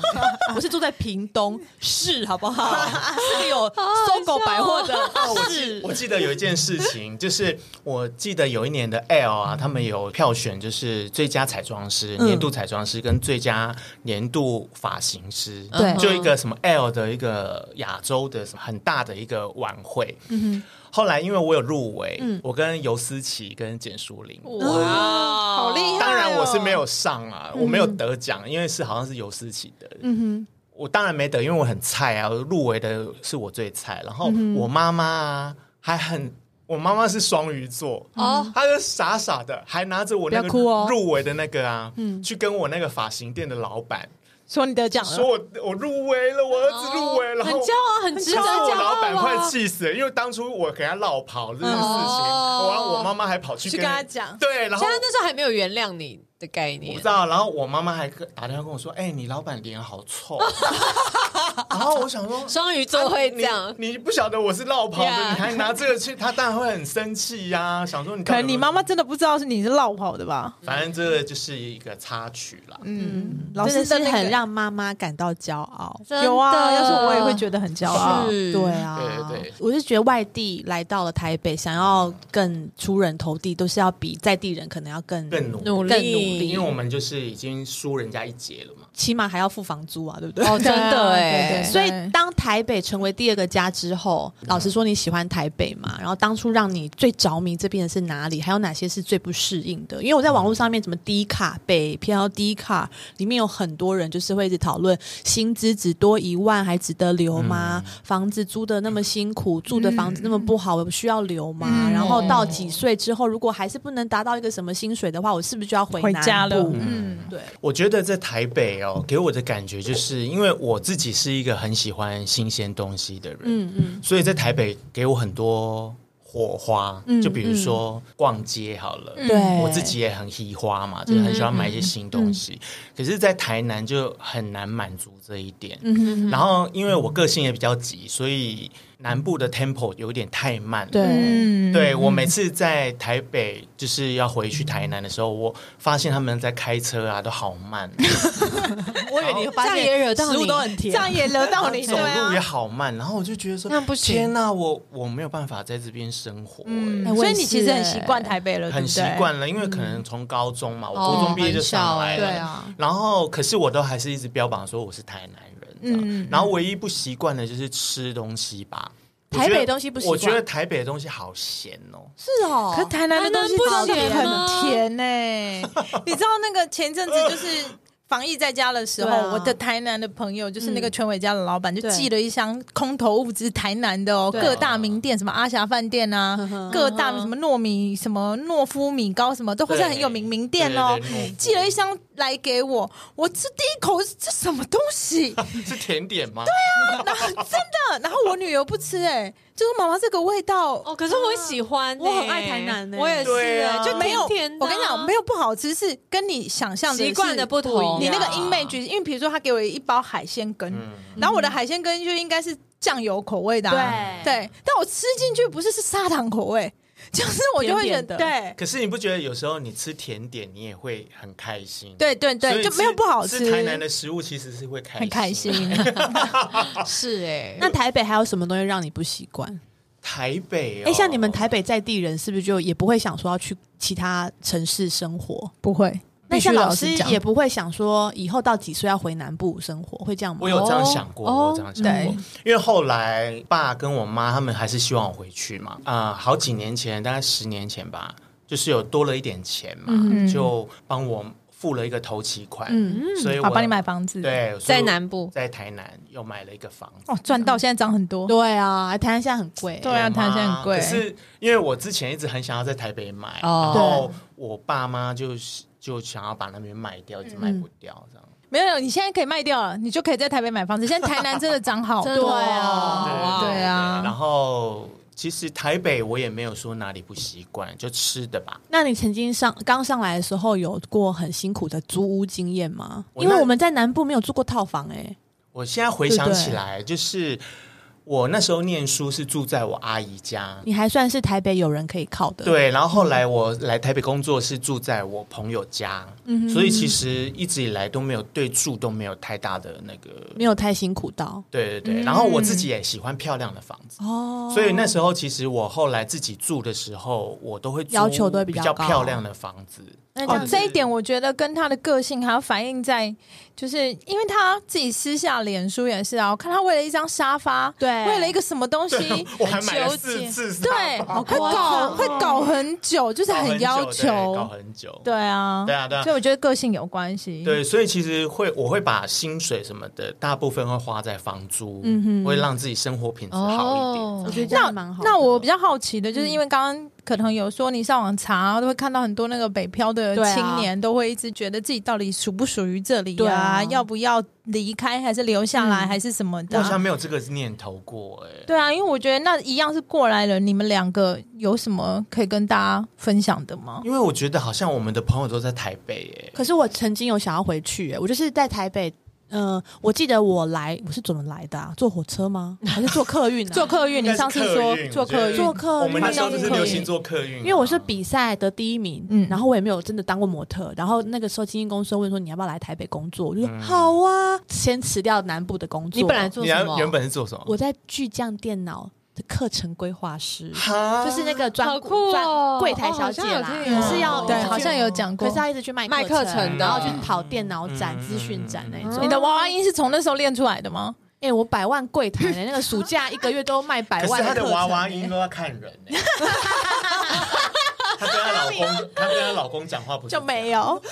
S1: 我是住在屏东市，好不 好？哦是个有搜狗百货的市。
S4: 我记得有一件事情，就是我记得有一年的 L 啊，他们有票选，就是最佳彩妆师、
S1: 嗯
S4: 年度彩妆师跟最佳年度发型师，
S3: 嗯
S1: 对
S4: 就一个什么 L 的一个亚洲的什么很大的一个晚会。
S3: 嗯
S4: 后来因为我有入围，我跟尤思琪跟简淑玲。
S2: 嗯
S3: 哇，好厉害哦！
S4: 当然我是没有上啊，我没有得奖，因为是好像是尤思琪的。
S2: 嗯
S1: 嗯
S4: 我当然没得，因为我很菜啊，我入围的是我最菜。然
S2: 嗯
S4: 后我妈妈啊，还很，我妈妈是双鱼座哦，她就傻傻的，还拿着我那个
S1: 不要哭哦
S4: 入围的那个啊，
S2: 嗯
S4: 去跟我那个发型店的老板
S3: 说你得奖
S4: 说
S3: 了，
S4: 我我入围了，我儿子入围，然
S2: 很
S4: 后
S2: 骄。傲，很值得
S4: 当时我
S2: 骄
S4: 老板
S2: 傲
S4: 快
S2: 啊！
S4: 气死了，因为当初我给他落跑这件事情，
S2: 哦
S4: 我然后我妈妈还跑去
S3: 去跟他讲
S4: 对，然后
S2: 现在那时候还没有原谅你的概
S4: 我不
S2: 念
S4: 知，道。然后我妈妈还跟打电话跟我说：“哎、你老板脸好臭。” 然后我想说。哎
S2: 双鱼座会这样，
S4: 啊你不晓得我是绕跑的
S2: Yeah
S4: 你还拿这个去，他当然会很生气呀、想说你
S3: 可
S4: 到底有没
S3: 能你
S4: 有
S3: 妈妈，真的不知道是你是落跑的吧？
S4: 反正这个就是一个插曲啦。
S3: 嗯，老
S1: 真的
S3: 师
S1: 是
S3: 那个
S1: 很让妈妈感到骄傲。
S3: 有啊，
S2: 真的
S3: 要是我也会觉得很骄傲。嗯
S2: 是
S1: 对啊，
S4: 对对
S1: 我是觉得外地来到了台北，想要更出人头地，都是要比在地人可能要更
S4: 更努力
S2: 努力
S1: 更努力
S4: 因为我们就是已经输人家一截了嘛。
S1: 起码还要付房租啊，对不对？
S2: 哦，真的
S3: 对啊对嗯
S2: 哎
S3: 对，
S1: 所以，当台北成为第二个家之后，老实说，你喜欢台北嘛？然后当初让你最着迷这边的是哪里？还有哪些是最不适应的？因为我在网络上面，什么低卡、北漂、低卡，里面有很多人就是会一直讨论，薪资只多一万还值得留吗？
S3: 嗯
S1: 房子租的那么辛苦，住的房子那么不好，我需要留吗？
S3: 嗯
S1: 然后到几岁之后，如果还是不能达到一个什么薪水的话，我是不是就要回
S3: 回
S1: 南
S3: 家了
S1: 部
S3: 嗯
S1: 对，
S4: 我觉得在台北哦，给我的感觉就是，因为我自己是一个很喜欢新鲜东西的人，
S1: 嗯嗯，
S4: 所以在台北给我很多火花，
S1: 嗯
S4: 就比如说逛街好了，
S3: 嗯
S2: 哎
S1: 对，
S4: 我自己也很喜花嘛，就是很喜欢买一些新东
S2: 嗯
S4: 西。可是，在台南就很难满足这一点。
S2: 嗯
S1: 嗯
S4: 然后，因为我个性也比较急，所以南部的 tempo 有点太慢了。
S1: 对。
S3: 嗯
S4: 对我每次在台北就是要回去台南的时候，我发现他们在开车啊都好 慢，
S1: 我以为你
S2: 这样也惹到
S1: 食物
S2: 你
S1: 都很甜，
S3: 这样也惹 到你，
S4: 走
S3: 对
S4: 路也
S3: 啊。
S4: 好慢，然后我就觉得说，
S2: 那不行
S4: 天哪、我我没有办法在这边生活、欸
S3: 嗯，
S1: 哎我
S3: 所以
S1: 也
S3: 你其
S1: 是
S3: 实
S1: 哎
S3: 很习惯台北了，对
S4: 很
S3: 不
S4: 习
S3: 对
S4: 惯了，因为可能从高中嘛，我
S2: 嗯哦
S4: 高中毕业就
S2: 很
S4: 上
S2: 小
S4: 来
S2: 欸
S4: 了，
S2: 对啊
S4: 然后可是我都还是一直标榜说我是台南人，嗯
S3: 嗯，
S4: 然后唯一不习惯的就是吃东西吧。我
S1: 台北
S4: 觉得
S1: 东西不习惯
S4: 我觉得台北的东西好咸哦。
S1: 是哦
S3: 可台南的东西
S2: 台南
S3: 真
S2: 不
S3: 的
S1: 啊
S2: 甜吗
S3: 很甜呢、 你知道那个前阵子就是防疫在家的时候，
S1: 对啊
S3: 我的台南的朋友就是那个
S1: 嗯
S3: 全伟家的老板，就
S1: 对
S3: 寄了一箱空投物资，台南的哦，
S1: 对嗯
S3: 各大名店什么阿霞饭店啊，各大什么糯米什么诺夫米糕什么，都会是
S4: 对
S3: 很有名名店哦
S4: 对对对。
S3: 寄了一箱来给我，我吃第一口这什么东 西？
S4: 是甜点吗？对
S3: 然后真的，然后我女儿不吃、哎，就说妈妈这个味道
S2: 哦，可是我喜欢欸，
S1: 我很爱台南欸
S2: 我也是
S4: 对
S2: 欸，
S4: 啊
S2: 就
S3: 呃没有，
S2: 甜甜的
S3: 我
S2: 啊
S3: 跟你讲，没有不好吃，是跟你想象的
S2: 习惯的
S3: 是
S2: 不同
S3: 一样你那个
S2: 啊
S3: image，因为比如说他给我一包海鲜羹，
S4: 嗯
S3: 然后我的海鲜羹就应该是酱油口味的、啊，
S1: 对
S3: 对，但我吃进去不是是砂糖口味，就是我就会觉
S1: 甜甜的
S3: 得对。
S4: 可是你不觉得有时候你吃甜点你也会很开心？
S3: 对对
S4: 所
S3: 对，
S4: 以
S3: 就
S4: 吃
S3: 没有不好吃，
S4: 台南的食物其实是会开心
S3: 很开心。。啊
S2: 是哎，
S1: 那台北还有什么东西让你不习惯？
S4: 台北、哦，
S1: 哎、像你们台北在地人，是不是就也不会想说要去其他城市生活？
S3: 不 会，
S1: 那
S3: 必须
S1: 像老
S3: 老
S1: 师
S3: 实讲嗯
S1: 也不会想说以后到几岁要回南部生活，会这样吗？
S4: 我有这样想过，
S2: 哦
S4: 我有这样想过
S3: 对，
S4: 因为后来爸跟我妈他们还是希望我回去嘛，啊、好几年前，大概十年前吧，就是有多了一点钱嘛，
S3: 嗯
S4: 就帮我付了一个头期款，
S1: 嗯
S4: 所以我
S3: 啊，帮你买房子，，
S4: 对，所以
S2: 在南部
S4: 在台南又买了一个房子。
S3: 哦，赚到现在涨很多，
S1: 对啊，台南现在很贵。
S3: 对啊
S4: 我妈
S3: 台南现在很贵
S4: 可是因为我之前一直很想要在台北买，
S2: 哦
S4: 然后我爸妈就是就想要把那边卖掉，一直卖不掉，这样。
S3: 没有，你现在可以卖掉了，你就 可以在台北买房子。现在台南真的涨好多，
S2: 真的哦
S1: 对啊
S4: 对
S2: 哇
S3: 对啊
S4: 然后其实台北我也没有说哪里不习惯，就吃的吧。
S1: 那你曾经上刚上来的时候有过很辛苦的租屋经验吗？
S4: 我
S1: 因为
S4: 那
S1: 我们在南部没有住过套房哎、
S4: 我现在回想起来，就是我那时候念书是住在我阿姨家，
S1: 你还算是台北有人可以靠的。，
S4: 对，然后后来我来台北工作是住在我朋友家，
S1: 嗯
S4: 所以其实一直以来都没有对住都没有太大的那个，
S1: 没有太辛苦到
S4: 对对对。然后我自己也喜欢漂亮的房子，
S1: 哦
S4: 所以那时候其实我后来自己住的时候，我都会租
S1: 要求都会比
S4: 比
S1: 较
S4: 较
S1: 高
S4: 漂亮的房子。
S1: 那这
S3: 哦
S1: 样，
S3: 这一点我觉得跟他的个性还有反映在，就是因为他自己私下脸书也是啊，我看他为了一张沙发，
S1: 对
S3: 为了一个什么 东西，
S4: 我还买了
S2: 纠
S4: 四
S2: 结
S4: 次沙
S3: 对，
S4: 发，
S3: 会
S1: 夸
S3: 搞
S1: 张
S3: 会搞很久，就是
S4: 搞
S3: 很
S4: 很
S3: 要
S4: 久对搞
S3: 求，
S4: 很久。
S3: 对啊，
S4: 对啊对啊
S3: 所以我觉得个性有关系，
S4: 对，所以其实会我会把薪水什么的大部分会花在房租，嗯、会让自己生活品质好一点。
S2: 哦
S1: 我觉得这
S3: 那
S1: 样蛮好的
S3: 那我比较好奇的就是，因为刚刚可能有说你上网查，都会看到很多那个北漂的
S1: 对啊
S3: 青年都会一直觉得自己到底属不属于这里
S1: 对
S3: 呀、
S1: 啊
S3: 要不要离开，还是留下来，还是什么
S4: 我
S3: 的
S4: 好像
S3: 啊？
S4: 没有这个念头过、哎，
S3: 对啊，因为我觉得那一样是过来人，你们两个有什么可以跟大家分享的吗？
S4: 因为我觉得好像我们的朋友都在台北、哎，
S1: 可是我曾经有想要回去、欸，我就是在台北。嗯、我记得我来，我是怎么来的啊？坐火车吗？还是坐客运、啊？
S3: 坐客运，
S4: 应该是
S3: 你上次
S4: 客
S3: 说
S4: 运
S3: 坐
S4: 我觉
S3: 客
S4: 得
S3: 运，
S1: 做客运
S4: 我们那时候就是
S3: 客运
S4: 流行做客运啊、
S1: 因为我是比赛的第一名，
S3: 嗯
S1: 然后我也没有真的当过模特，然后那个时候经纪公司问说你要不要来台北工作，我就说、
S4: 嗯
S1: 好啊，先辞掉南部的工作。
S2: 你本来做
S4: 你
S2: 什
S4: 原
S2: 么？
S4: 原本是做什么？
S1: 我在巨匠电脑的课程规划师，
S4: 哈
S1: 就是那个专
S2: 好酷
S1: 专
S2: 哦，
S1: 柜台小姐啦，
S2: 哦
S1: 可是要
S3: 对，
S1: 一直去
S3: 好像有讲
S1: 啊可
S3: 过
S1: 是。要一直去卖
S2: 卖课程
S4: 的
S1: 然后去跑电脑展、
S4: 嗯
S1: 资讯展那
S2: 嗯
S1: 种。
S3: 你的娃娃音是从那时候练出来的吗？
S1: 哎，我百万柜台呢，那个暑假一个月都卖百
S4: 可
S1: 万
S4: 是她的
S1: 课程
S4: 娃娃音
S1: 欸
S4: 都要看人、哎她跟她老公，她跟她老公讲话不是
S3: 就没
S4: 有。
S3: 有。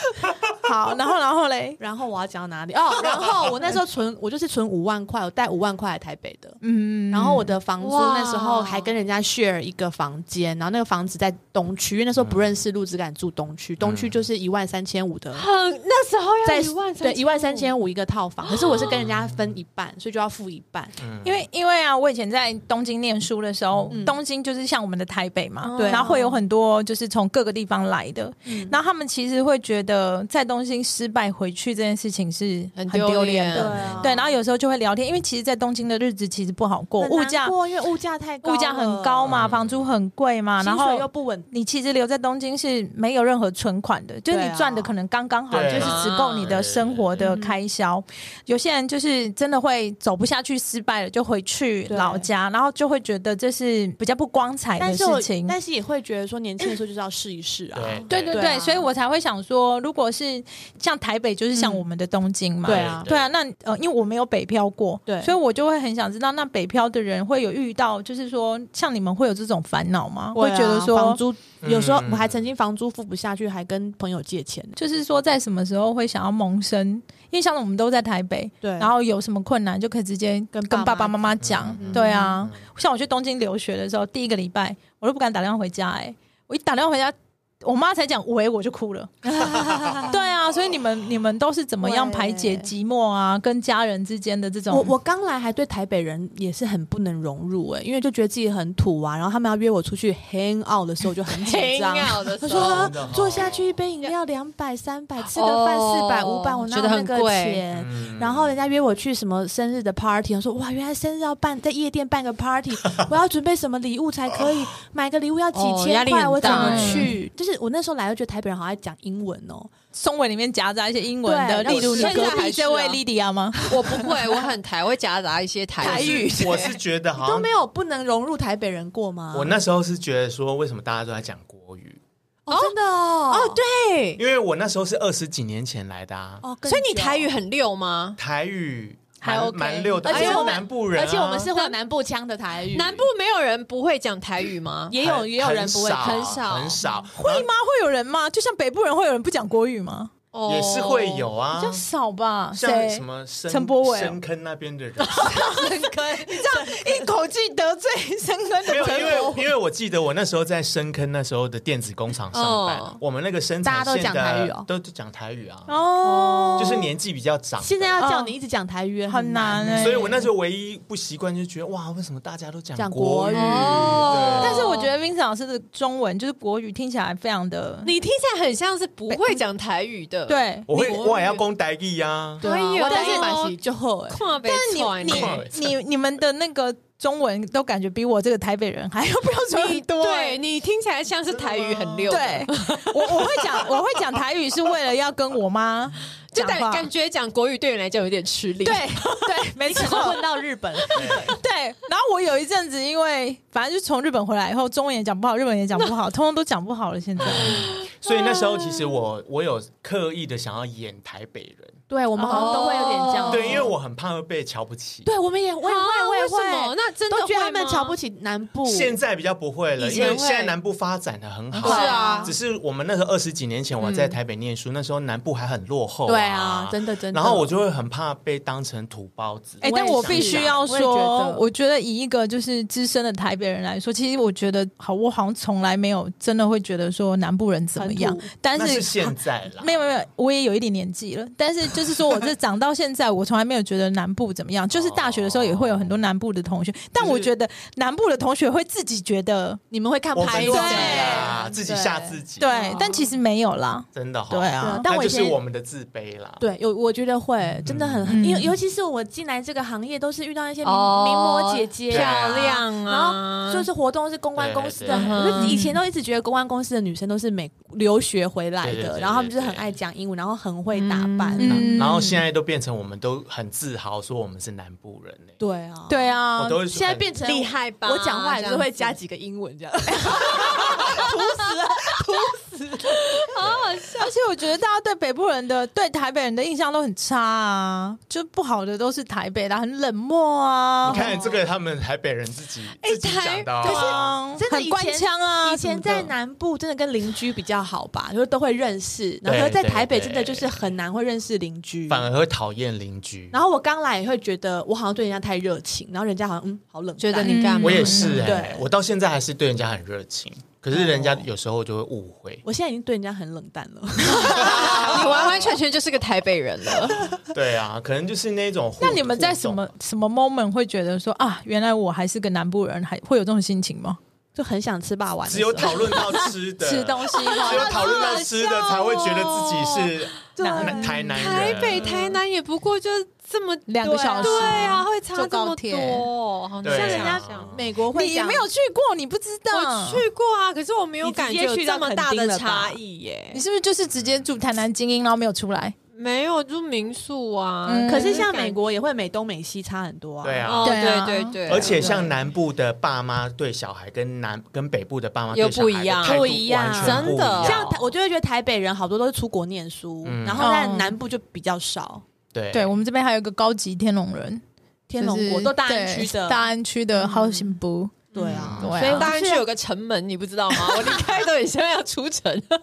S3: 好，然后然后嘞，
S1: 然后我要讲到哪里？哦，然后我那时候存，我就是存五万块，我带五万块来台北的。
S3: 嗯，
S1: 然后我的房租
S2: 哇
S1: 那时候还跟人家 share 一个房间，然后那个房子在东区，因为那时候
S4: 嗯
S1: 不认识路，只敢住东区。东区就是一万三千五的，
S2: 很那时候要
S1: 在
S2: 一万
S1: 对一万三千五一个套房，可是我是跟人家分一半，所以就要付一半。
S4: 嗯
S3: 因为因为啊，我以前在东京念书的时候，东京就是像我们的台北嘛，
S1: 对
S3: 然后会有很多就是从各个地方来的，
S1: 嗯
S3: 然后他们其实会觉得在东京失败回去这件事情是
S2: 很
S3: 丢脸
S2: 丢脸
S3: 的。
S1: 啊
S3: 对，然后有时候就会聊天，因为其实，在东京的日子其实不好过，
S1: 很
S3: 物
S1: 难
S3: 价
S1: 过因为物价太高，
S3: 物价很高，
S4: 嗯
S3: 嘛，房租很贵嘛，然
S1: 然
S3: 后
S1: 后又不稳定。
S3: 你其实留在东京是没有任何存款的，就是
S1: 对
S3: 你
S1: 啊
S3: 赚的可能刚刚好，
S4: 对
S3: 就
S4: 啊
S3: 是只够你的生活的开销。有些人就是真的会走不下去，失败了就回去
S1: 对
S3: 老家，然后就会觉得这是比较不光彩
S1: 但
S3: 的
S1: 是我
S3: 事情。
S1: 但是也会觉得说，年轻的时候就是要试一试啊。
S4: 对
S3: 对对对，
S1: 对啊
S3: 所以我才会想说，如果是像台北，就是像我们的东京嘛，
S1: 嗯对啊
S3: 对啊，那呃，因为我没有北漂过，
S1: 对
S3: 所以我就会很想知道，那北漂的人会有遇到，就是说像你们会有这种烦恼吗？
S1: 啊
S3: 会觉得说
S1: 房租有时候
S4: 嗯
S1: 我还曾经房租付不下去，还跟朋友借钱。
S3: 就是说在什么时候会想要萌生，因为像我们都在台北，
S1: 对，
S3: 然后有什么困难就可以直接
S1: 跟
S3: 跟
S1: 爸
S3: 爸
S1: 妈
S3: 爸妈妈讲。
S1: 嗯
S3: 对啊，像我去东京留学的时候，第一个礼拜我都不敢打电话回家、哎，我一打电话回家。我妈才讲喂，我就哭了。
S1: 哦
S3: 对啊，所以你们你们都是怎么样排解
S1: 会
S3: 寂寞啊？跟家人之间的这种，
S1: 我我刚来还对台北人也是很不能融入哎、因为就觉得自己很土啊，然后他们要约我出去 hang out 的时候就很 紧张。
S2: 要的
S1: 他
S2: 时
S1: 说、
S2: 候，
S1: 啊
S4: 真的哦
S1: 坐下去一杯饮料两百三百，吃个饭四
S2: 哦
S1: 百五百，我哪有
S2: 觉得
S1: 那
S2: 很
S1: 个
S2: 贵
S1: 钱？
S4: 嗯
S1: 然后人家约我去什么生日的 party，我说哇，原来生日要办在夜店办个 party，我要准备什么礼物才可以？
S4: 哦
S1: 买个礼物要几
S2: 哦压
S1: 千
S2: 力
S1: 块，
S2: 很
S1: 我怎
S2: 大
S1: 么
S3: 欸
S1: 去？就是我那时候来，就觉得台北人好爱讲英文哦。
S3: 中文里面夹杂一些英文的，
S1: 对
S3: 例如你
S2: 现在
S3: 隔
S2: 还
S3: 壁
S2: 是
S3: 这位
S2: 啊
S3: Lydia 吗？
S2: 我不会，我很台，我会夹杂一些台
S3: 台语
S4: 我是觉得好
S1: 都
S4: 像
S1: 没有不能融入台北人过吗？
S4: 我那时候是觉得说，为什么大家都在讲国语？
S1: 哦真的哦
S2: 哦，对，
S4: 因为我那时候是二十几年前来的啊，
S1: 哦，更
S2: 所以你
S1: 久
S2: 台语很溜吗？
S4: 台语
S3: 还
S4: 蛮
S3: OK
S4: 蛮溜的，
S1: 而且
S4: 因为
S1: 我们
S4: 南部人啊，
S1: 而且我们是会有南部腔的台语，
S2: 南部没有人不会讲台语吗？
S1: 也有也有人不会，
S4: 很
S1: 很
S4: 少
S1: 少
S4: 很少，
S3: 会吗？会有人吗？就像北部人会有人不讲国语吗？哦
S4: 也是会有啊
S3: 比较少吧？
S4: 像
S3: 谁？
S4: 什么深
S3: 陈柏伟哦
S4: 深坑那边的人，
S3: 你这样一口气得罪深坑的
S4: 没有，
S3: 陈
S4: 因
S3: 柏
S4: 为
S3: 伟，
S4: 因为我记得我那时候在深坑那时候的电子工厂上班，
S1: 哦
S4: 我们那个生产
S2: 大家都
S4: 线
S2: 讲
S4: 的
S2: 台语哦
S4: 都都讲台语啊，
S3: 哦
S4: 就是年纪比较长的，
S1: 现在要叫
S3: 哦
S1: 你一直讲台语也
S3: 很难
S1: 欸
S3: 欸
S4: 所以我那时候唯一不习惯就是觉得哇，为什么大家都讲
S1: 讲国
S4: 国
S1: 语
S4: 语？
S1: 哦
S4: 对
S3: 但是我觉得 Vincent 老师的中文就是国语听起来非常的
S2: 你听起来很像是不会讲台语的，，
S3: 对，
S4: 我会
S2: 你
S4: 我也要攻台 语啊，
S1: 对啊，
S2: 哎呦
S1: 我但
S2: 但
S1: 是
S2: 是
S1: 蛮喜就后 哎，
S2: 跨北
S3: 但你
S2: 川欸
S4: 对
S3: 你你你们的那个中文都感觉比我这个台北人还要标准很多、
S2: 对你听起来像是台语很溜的，
S3: 对，我我会讲我会讲台语是为了要跟我妈
S2: 就
S3: 讲
S2: 感
S3: 话。
S2: 感觉讲国语对你来讲有点吃力，
S3: 对，对，没
S1: 然后
S3: 错，
S1: 混到日本，
S3: 对。然后我有一阵子，因为反正就从日本回来以后，中文也讲不好，日本也讲不好，通通都讲不好了。现在，
S4: 所以那时候其实我我有刻意的想要演台北人，
S1: 对我们好像都会有点这样
S2: 哦
S1: 子，
S4: 对，因为我很怕会被瞧不起。
S1: 对我们也我也
S2: 啊，
S1: 会我也
S2: 为什么？
S1: 会，
S2: 那真的
S1: 都觉得他
S2: 会
S1: 们
S2: 吗
S1: 瞧不起南部，
S4: 现在比较不会了，
S2: 以
S4: 因
S2: 前
S4: 为现在
S2: 会
S4: 南部发展的很好。
S1: 对
S2: 是啊
S4: 只是我们那时候二十几年前我在台北念书，那时候南部还很落后、
S1: 对啊，真的真的。
S4: 然后我就会很怕被当成土包子。
S3: 哎、
S1: 我
S3: 但
S1: 也
S3: 我
S1: 是
S3: 必须要
S1: 我也觉
S3: 说，
S1: 得
S3: 我觉得以一个就是资深的台北人来说，其实我觉得好，我好像从来没有真的会觉得说南部人怎么样
S1: 很土，
S3: 但
S4: 那
S3: 是
S4: 是现在啦，
S3: 没有没有，没有，我也有一点年纪了，但是就是说我这长到现在，我从来没有觉得南部怎么样。就是大学的时候也会有很多南部的同学，但我觉得南部的同学会自己觉得
S1: 你们会看
S4: 我
S1: 排
S4: 们
S1: 位
S4: 自己啊，
S1: 对
S4: 自己吓自己，
S3: 对，但其实没有啦。
S4: 真的哈。
S3: 对啊
S1: 对，但
S4: 那
S1: 我以
S4: 就
S1: 前
S4: 是我们的自卑啦。
S1: 对，有我觉得会，真的很，
S3: 嗯
S1: 因为尤其是我进来这个行业，都是遇到一些名
S2: 哦
S1: 名模姐姐啊
S2: 漂亮
S1: 然后
S2: 啊，
S1: 就是活动是公关公司的，
S4: 对
S2: 对
S1: 我
S2: 对嗯
S1: 就以前都一直觉得公关公司的女生都是美留学回来
S4: 对对
S1: 的，
S4: 对
S1: 然后她们就是很
S4: 对
S1: 爱讲英文，然后很会打扮。
S3: 嗯
S4: 然后现在都变成我们都很自豪说我们是南部人呢、
S1: 对啊，，
S3: 对啊
S4: 我，都会
S1: 现在变成
S2: 厉害吧
S1: 我讲话也
S2: 这
S1: 是
S2: 样子
S1: 会加几个英文这样。
S3: 而且我觉得大家对北部人的对台北人的印象都很差啊，就不好的都是台北的，很冷漠
S4: 哎
S3: 啊
S4: 你，看这个，他们台北人自己、
S2: 哎
S4: 自己讲的、啊，
S3: 啊
S1: 真的以
S3: 很
S1: 前
S3: 官腔啊。
S1: 以前在
S3: 哪？
S1: 南部真的跟邻居比较好吧，就是都会认识，然后
S4: 对
S1: 在
S4: 对
S1: 台北
S4: 对
S1: 真的就是很难会认识邻居。
S4: 反而会讨厌邻居。
S1: 然后我刚来也会觉得我好像对人家太热情，然后人家好像嗯好冷淡，
S2: 觉得你干嘛？
S4: 我也是哎、
S1: 嗯对哦
S4: 我到现在还是对人家很热情，可是人家有时候就会误会。
S1: 我现在已经对人家很冷淡了。
S2: 你哦完完全全就是个台北人了。
S4: 对啊，可能就是那种互。
S3: 那你们
S4: 互
S3: 在
S4: 动
S3: 什么什么 moment 会觉得说啊，原来我还是个南部人，还会有这种心情吗？
S1: 就很想吃霸王，
S4: 只有讨论到吃 的
S1: 吃东西，
S4: 只有讨论到吃的，才会觉得自己 是南
S1: 对
S4: 台南人。
S2: 台北、台南也不过就这么
S3: 两个小时
S2: 对啊，会差
S3: 坐
S2: 这
S3: 高
S2: 么
S3: 铁
S2: 多，好
S4: 对
S2: 难
S4: 啊
S1: 像人家
S2: 想哦
S1: 美国会
S3: 你
S1: 讲嗯
S3: 没有去过，你不知
S2: 我
S3: 道。
S2: 去过啊，可是我没有
S1: 你直接
S2: 感觉有
S1: 去到
S2: 这么大
S1: 垦丁
S2: 的
S1: 了吧
S2: 差异耶
S3: 你。是不是就是直接住台南精英，然后没有出来？
S2: 没有住民宿啊，
S3: 嗯
S1: 可是像美国也会美东美西差很多啊。
S4: 对啊
S2: 哦，
S3: 对
S2: 对
S3: 啊
S2: 对对，
S4: 而且像南部的爸妈对小孩，跟南跟北部的爸妈对
S2: 又
S4: 小孩的
S2: 不一样
S4: 态度
S1: 不一样
S4: 完全不一
S2: 真的
S4: 样
S2: 这
S1: 像台我就会觉得台北人好多都是出国念书，
S4: 嗯
S1: 然后在
S3: 哦
S1: 南部就比较少。
S4: 对
S3: 对我们这边还有一个高级天龙人，
S1: 天龙
S3: 就
S1: 国
S3: 是
S1: 都大安区的
S3: 对，大安区的好幸福。
S1: 对啊，
S3: 嗯对啊
S1: 所以我
S2: 大安区
S1: 是
S2: 有个城门，你不知道 吗？我离开都已经要出城，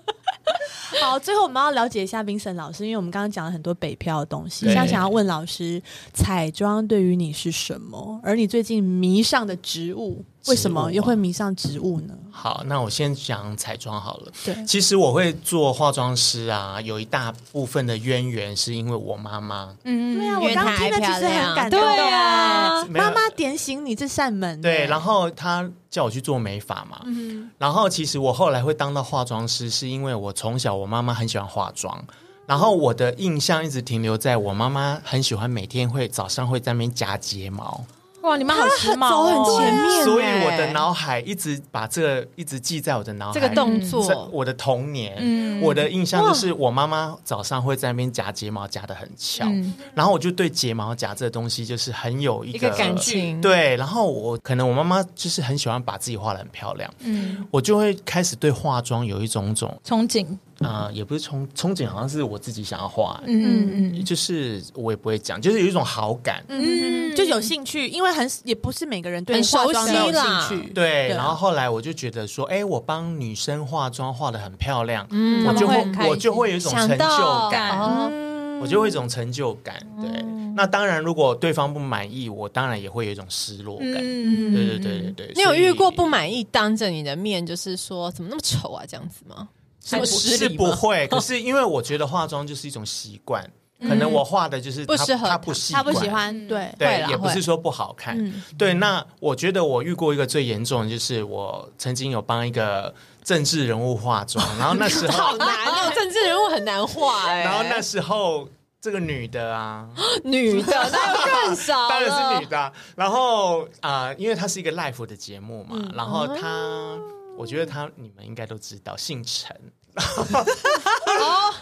S1: 好，最后我们要了解一下 Vincent 老师，因为我们刚刚讲了很多北漂的东西，
S4: 对
S1: 现在想要问老师，彩妆对于你是什么？而你最近迷上的植物，为什
S4: 植物
S1: 么
S4: 啊
S1: 又会迷上植物呢？
S4: 好，那我先讲彩妆好了。
S1: 对
S4: 其实我会做化妆师啊，有一大部分的渊源是因为我妈妈。
S3: 嗯
S1: 对啊，
S2: 因
S1: 我
S2: 为
S1: 刚
S2: 她
S1: 刚听的其实
S2: 爱漂亮
S1: 很感动，
S2: 对啊
S4: 没有
S1: 妈妈点醒你这扇门，欸
S4: 对，然后她叫我去做美发嘛。
S2: 嗯
S4: 然后其实我后来会当到化妆师，是因为我从小我妈妈很喜欢化妆。然后我的印象一直停留在我妈妈很喜欢每天会早上会在那边夹睫毛，
S3: 哇，你们好时髦
S1: 走
S3: 哦，
S1: 很前面欸，
S4: 所以我的脑海一直把这个一直记在我的脑海
S2: 这
S4: 里。
S2: 个动
S4: 这
S2: 作
S4: 我的童年，
S3: 嗯
S4: 我的印象就是我妈妈早上会在那边夹睫毛，夹的很翘，
S3: 嗯
S4: 然后我就对睫毛夹这个东西就是很有一
S2: 一
S4: 个
S2: 个感。情，
S4: 对，然后我可能我妈妈就是很喜欢把自己画的很漂亮，
S3: 嗯，
S4: 我就会开始对化妆有一种种
S3: 憧憬
S4: 呃，也不是憧憧憬，好像是我自己想要画、欸
S3: 嗯嗯
S4: 就是我也不会讲，就是有一种好感。
S1: 嗯，就有兴趣，因为很也不是每个人对
S2: 很
S1: 化
S2: 熟
S1: 妆都有
S2: 悉啦
S1: 兴趣。啊
S4: 对，
S2: 啊
S4: 然后后来我就觉得说，哎、我帮女生化妆化的很漂亮，
S2: 嗯
S4: 我就
S3: 他们
S4: 会
S3: 会很开心
S4: 我就会有一种成
S2: 想
S4: 就
S2: 到
S4: 感，
S2: 哦，
S4: 我就会有一种成就感。对，那当然，如果对方不满意，我当然也会有一种失落感。
S3: 嗯
S4: 对对对对对，
S2: 你有
S4: 所以
S2: 遇过不满意当着你的面，就是说怎么那么丑啊这样子 吗？
S4: 是
S2: 还
S4: 不
S2: 失
S4: 是
S2: 礼
S4: 不
S2: 吗
S4: 会， 可是因为我觉得化妆就是一种习惯，可能我化的就是
S2: 嗯不
S4: 他
S2: 适合
S4: 他
S2: 他
S4: 不习
S1: 他不
S3: 嗯
S1: 喜
S4: 惯
S1: 欢，对，
S2: 会
S4: 对，
S2: 啦
S4: 也不
S2: 会嗯
S4: 是说不好看。对，那我觉得我遇过一个最严重的，就是我曾经有帮一个政治人物化妆，然后那时 候，
S2: 难哦，政治人物很难画哎
S4: 然后那时候这个女的啊，
S2: 女的那又更少了，
S4: 当然是女的啊。然后啊、呃因为它是一个 l i f e 的节目嘛，然后她，我觉得她你们应该都知道，姓陈。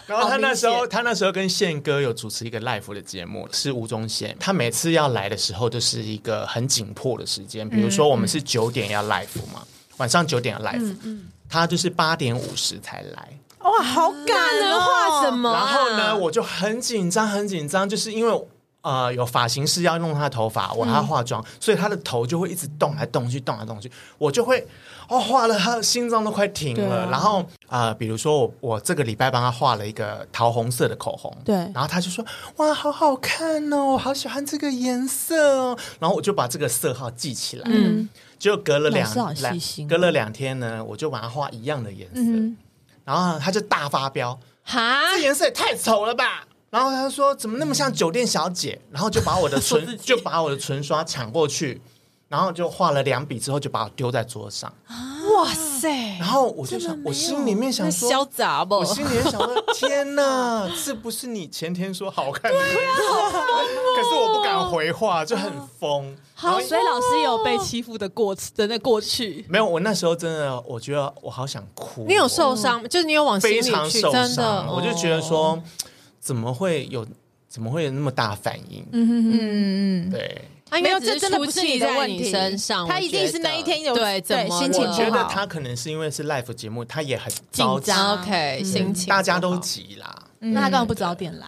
S4: 然后她那时候，她那时候跟宪哥有主持一个 l i f e 的节目，是吴宗宪。她每次要来的时候，就是一个很紧迫的时间，比如说我们是九点要 l i f e 嘛，晚上九点要 l i f e 她就是八点五十才来。
S3: 哇，好
S2: 那
S3: 感
S2: 能
S3: 哦！
S2: 画什么
S4: 然
S2: 啊？
S4: 后呢，我就很紧张，很紧张，就是因为呃有发型师要弄他的头发，
S2: 嗯
S4: 我还要化妆，所以他的头就会一直动来动去，动来动去，我就会哦画了，他的心脏都快停了。然后啊、呃比如说我我这个礼拜帮他画了一个桃红色的口红，
S1: 对
S4: 然后他就说哇好好看哦，我好喜欢这个颜色哦，然后我就把这个色号记起来，
S2: 嗯，
S4: 就隔了两
S1: 老师好细
S4: 两
S1: 心哦嗯
S4: 隔了两天呢，我就把它画一样的颜色，然后他就大发飙。
S2: 哈，
S4: 这颜色也太丑了吧！然后他说怎么那么像酒店小姐，然后就把 我的唇就把我的唇刷抢过去，然后就画了两笔之后就把我丢在桌上，
S2: 哇
S1: 哎
S2: 塞，
S4: 然后我就想，我心里面想
S2: 那
S4: 说
S2: 潇。洒不
S4: 我？心里面想说：“天哪，这不是你前天说好看的颜色？可是我不敢回话，就很疯。然后
S1: 所以老师有被欺负的过的那过去，
S4: 没有，我那时候真的，我觉得我好想哭。哦
S2: 你有受伤吗？就是你有往心
S4: 非
S2: 里
S4: 常
S2: 去，
S4: 受
S2: 真的哦
S4: 伤，，我就觉得说，怎么会有，怎么会有那么大反应？
S3: 嗯嗯嗯，
S4: 对，
S2: 他
S3: 没有，这真的不是你的
S2: 在
S3: 问
S2: 你
S3: 题，
S2: 身上，
S3: 他
S2: 我
S3: 一定
S2: 觉
S3: 是那
S2: 得
S3: 一天有
S2: 对怎么
S3: 心
S2: 了
S3: 情
S4: 我
S3: 不
S4: 觉得
S3: 好
S4: 他可能是因为是 l i f e 节目，他也很着急
S1: 紧张
S2: ，OK，心情
S4: 大家都
S2: 不好
S4: 急啦。
S3: 嗯
S1: 那他干嘛不早点来？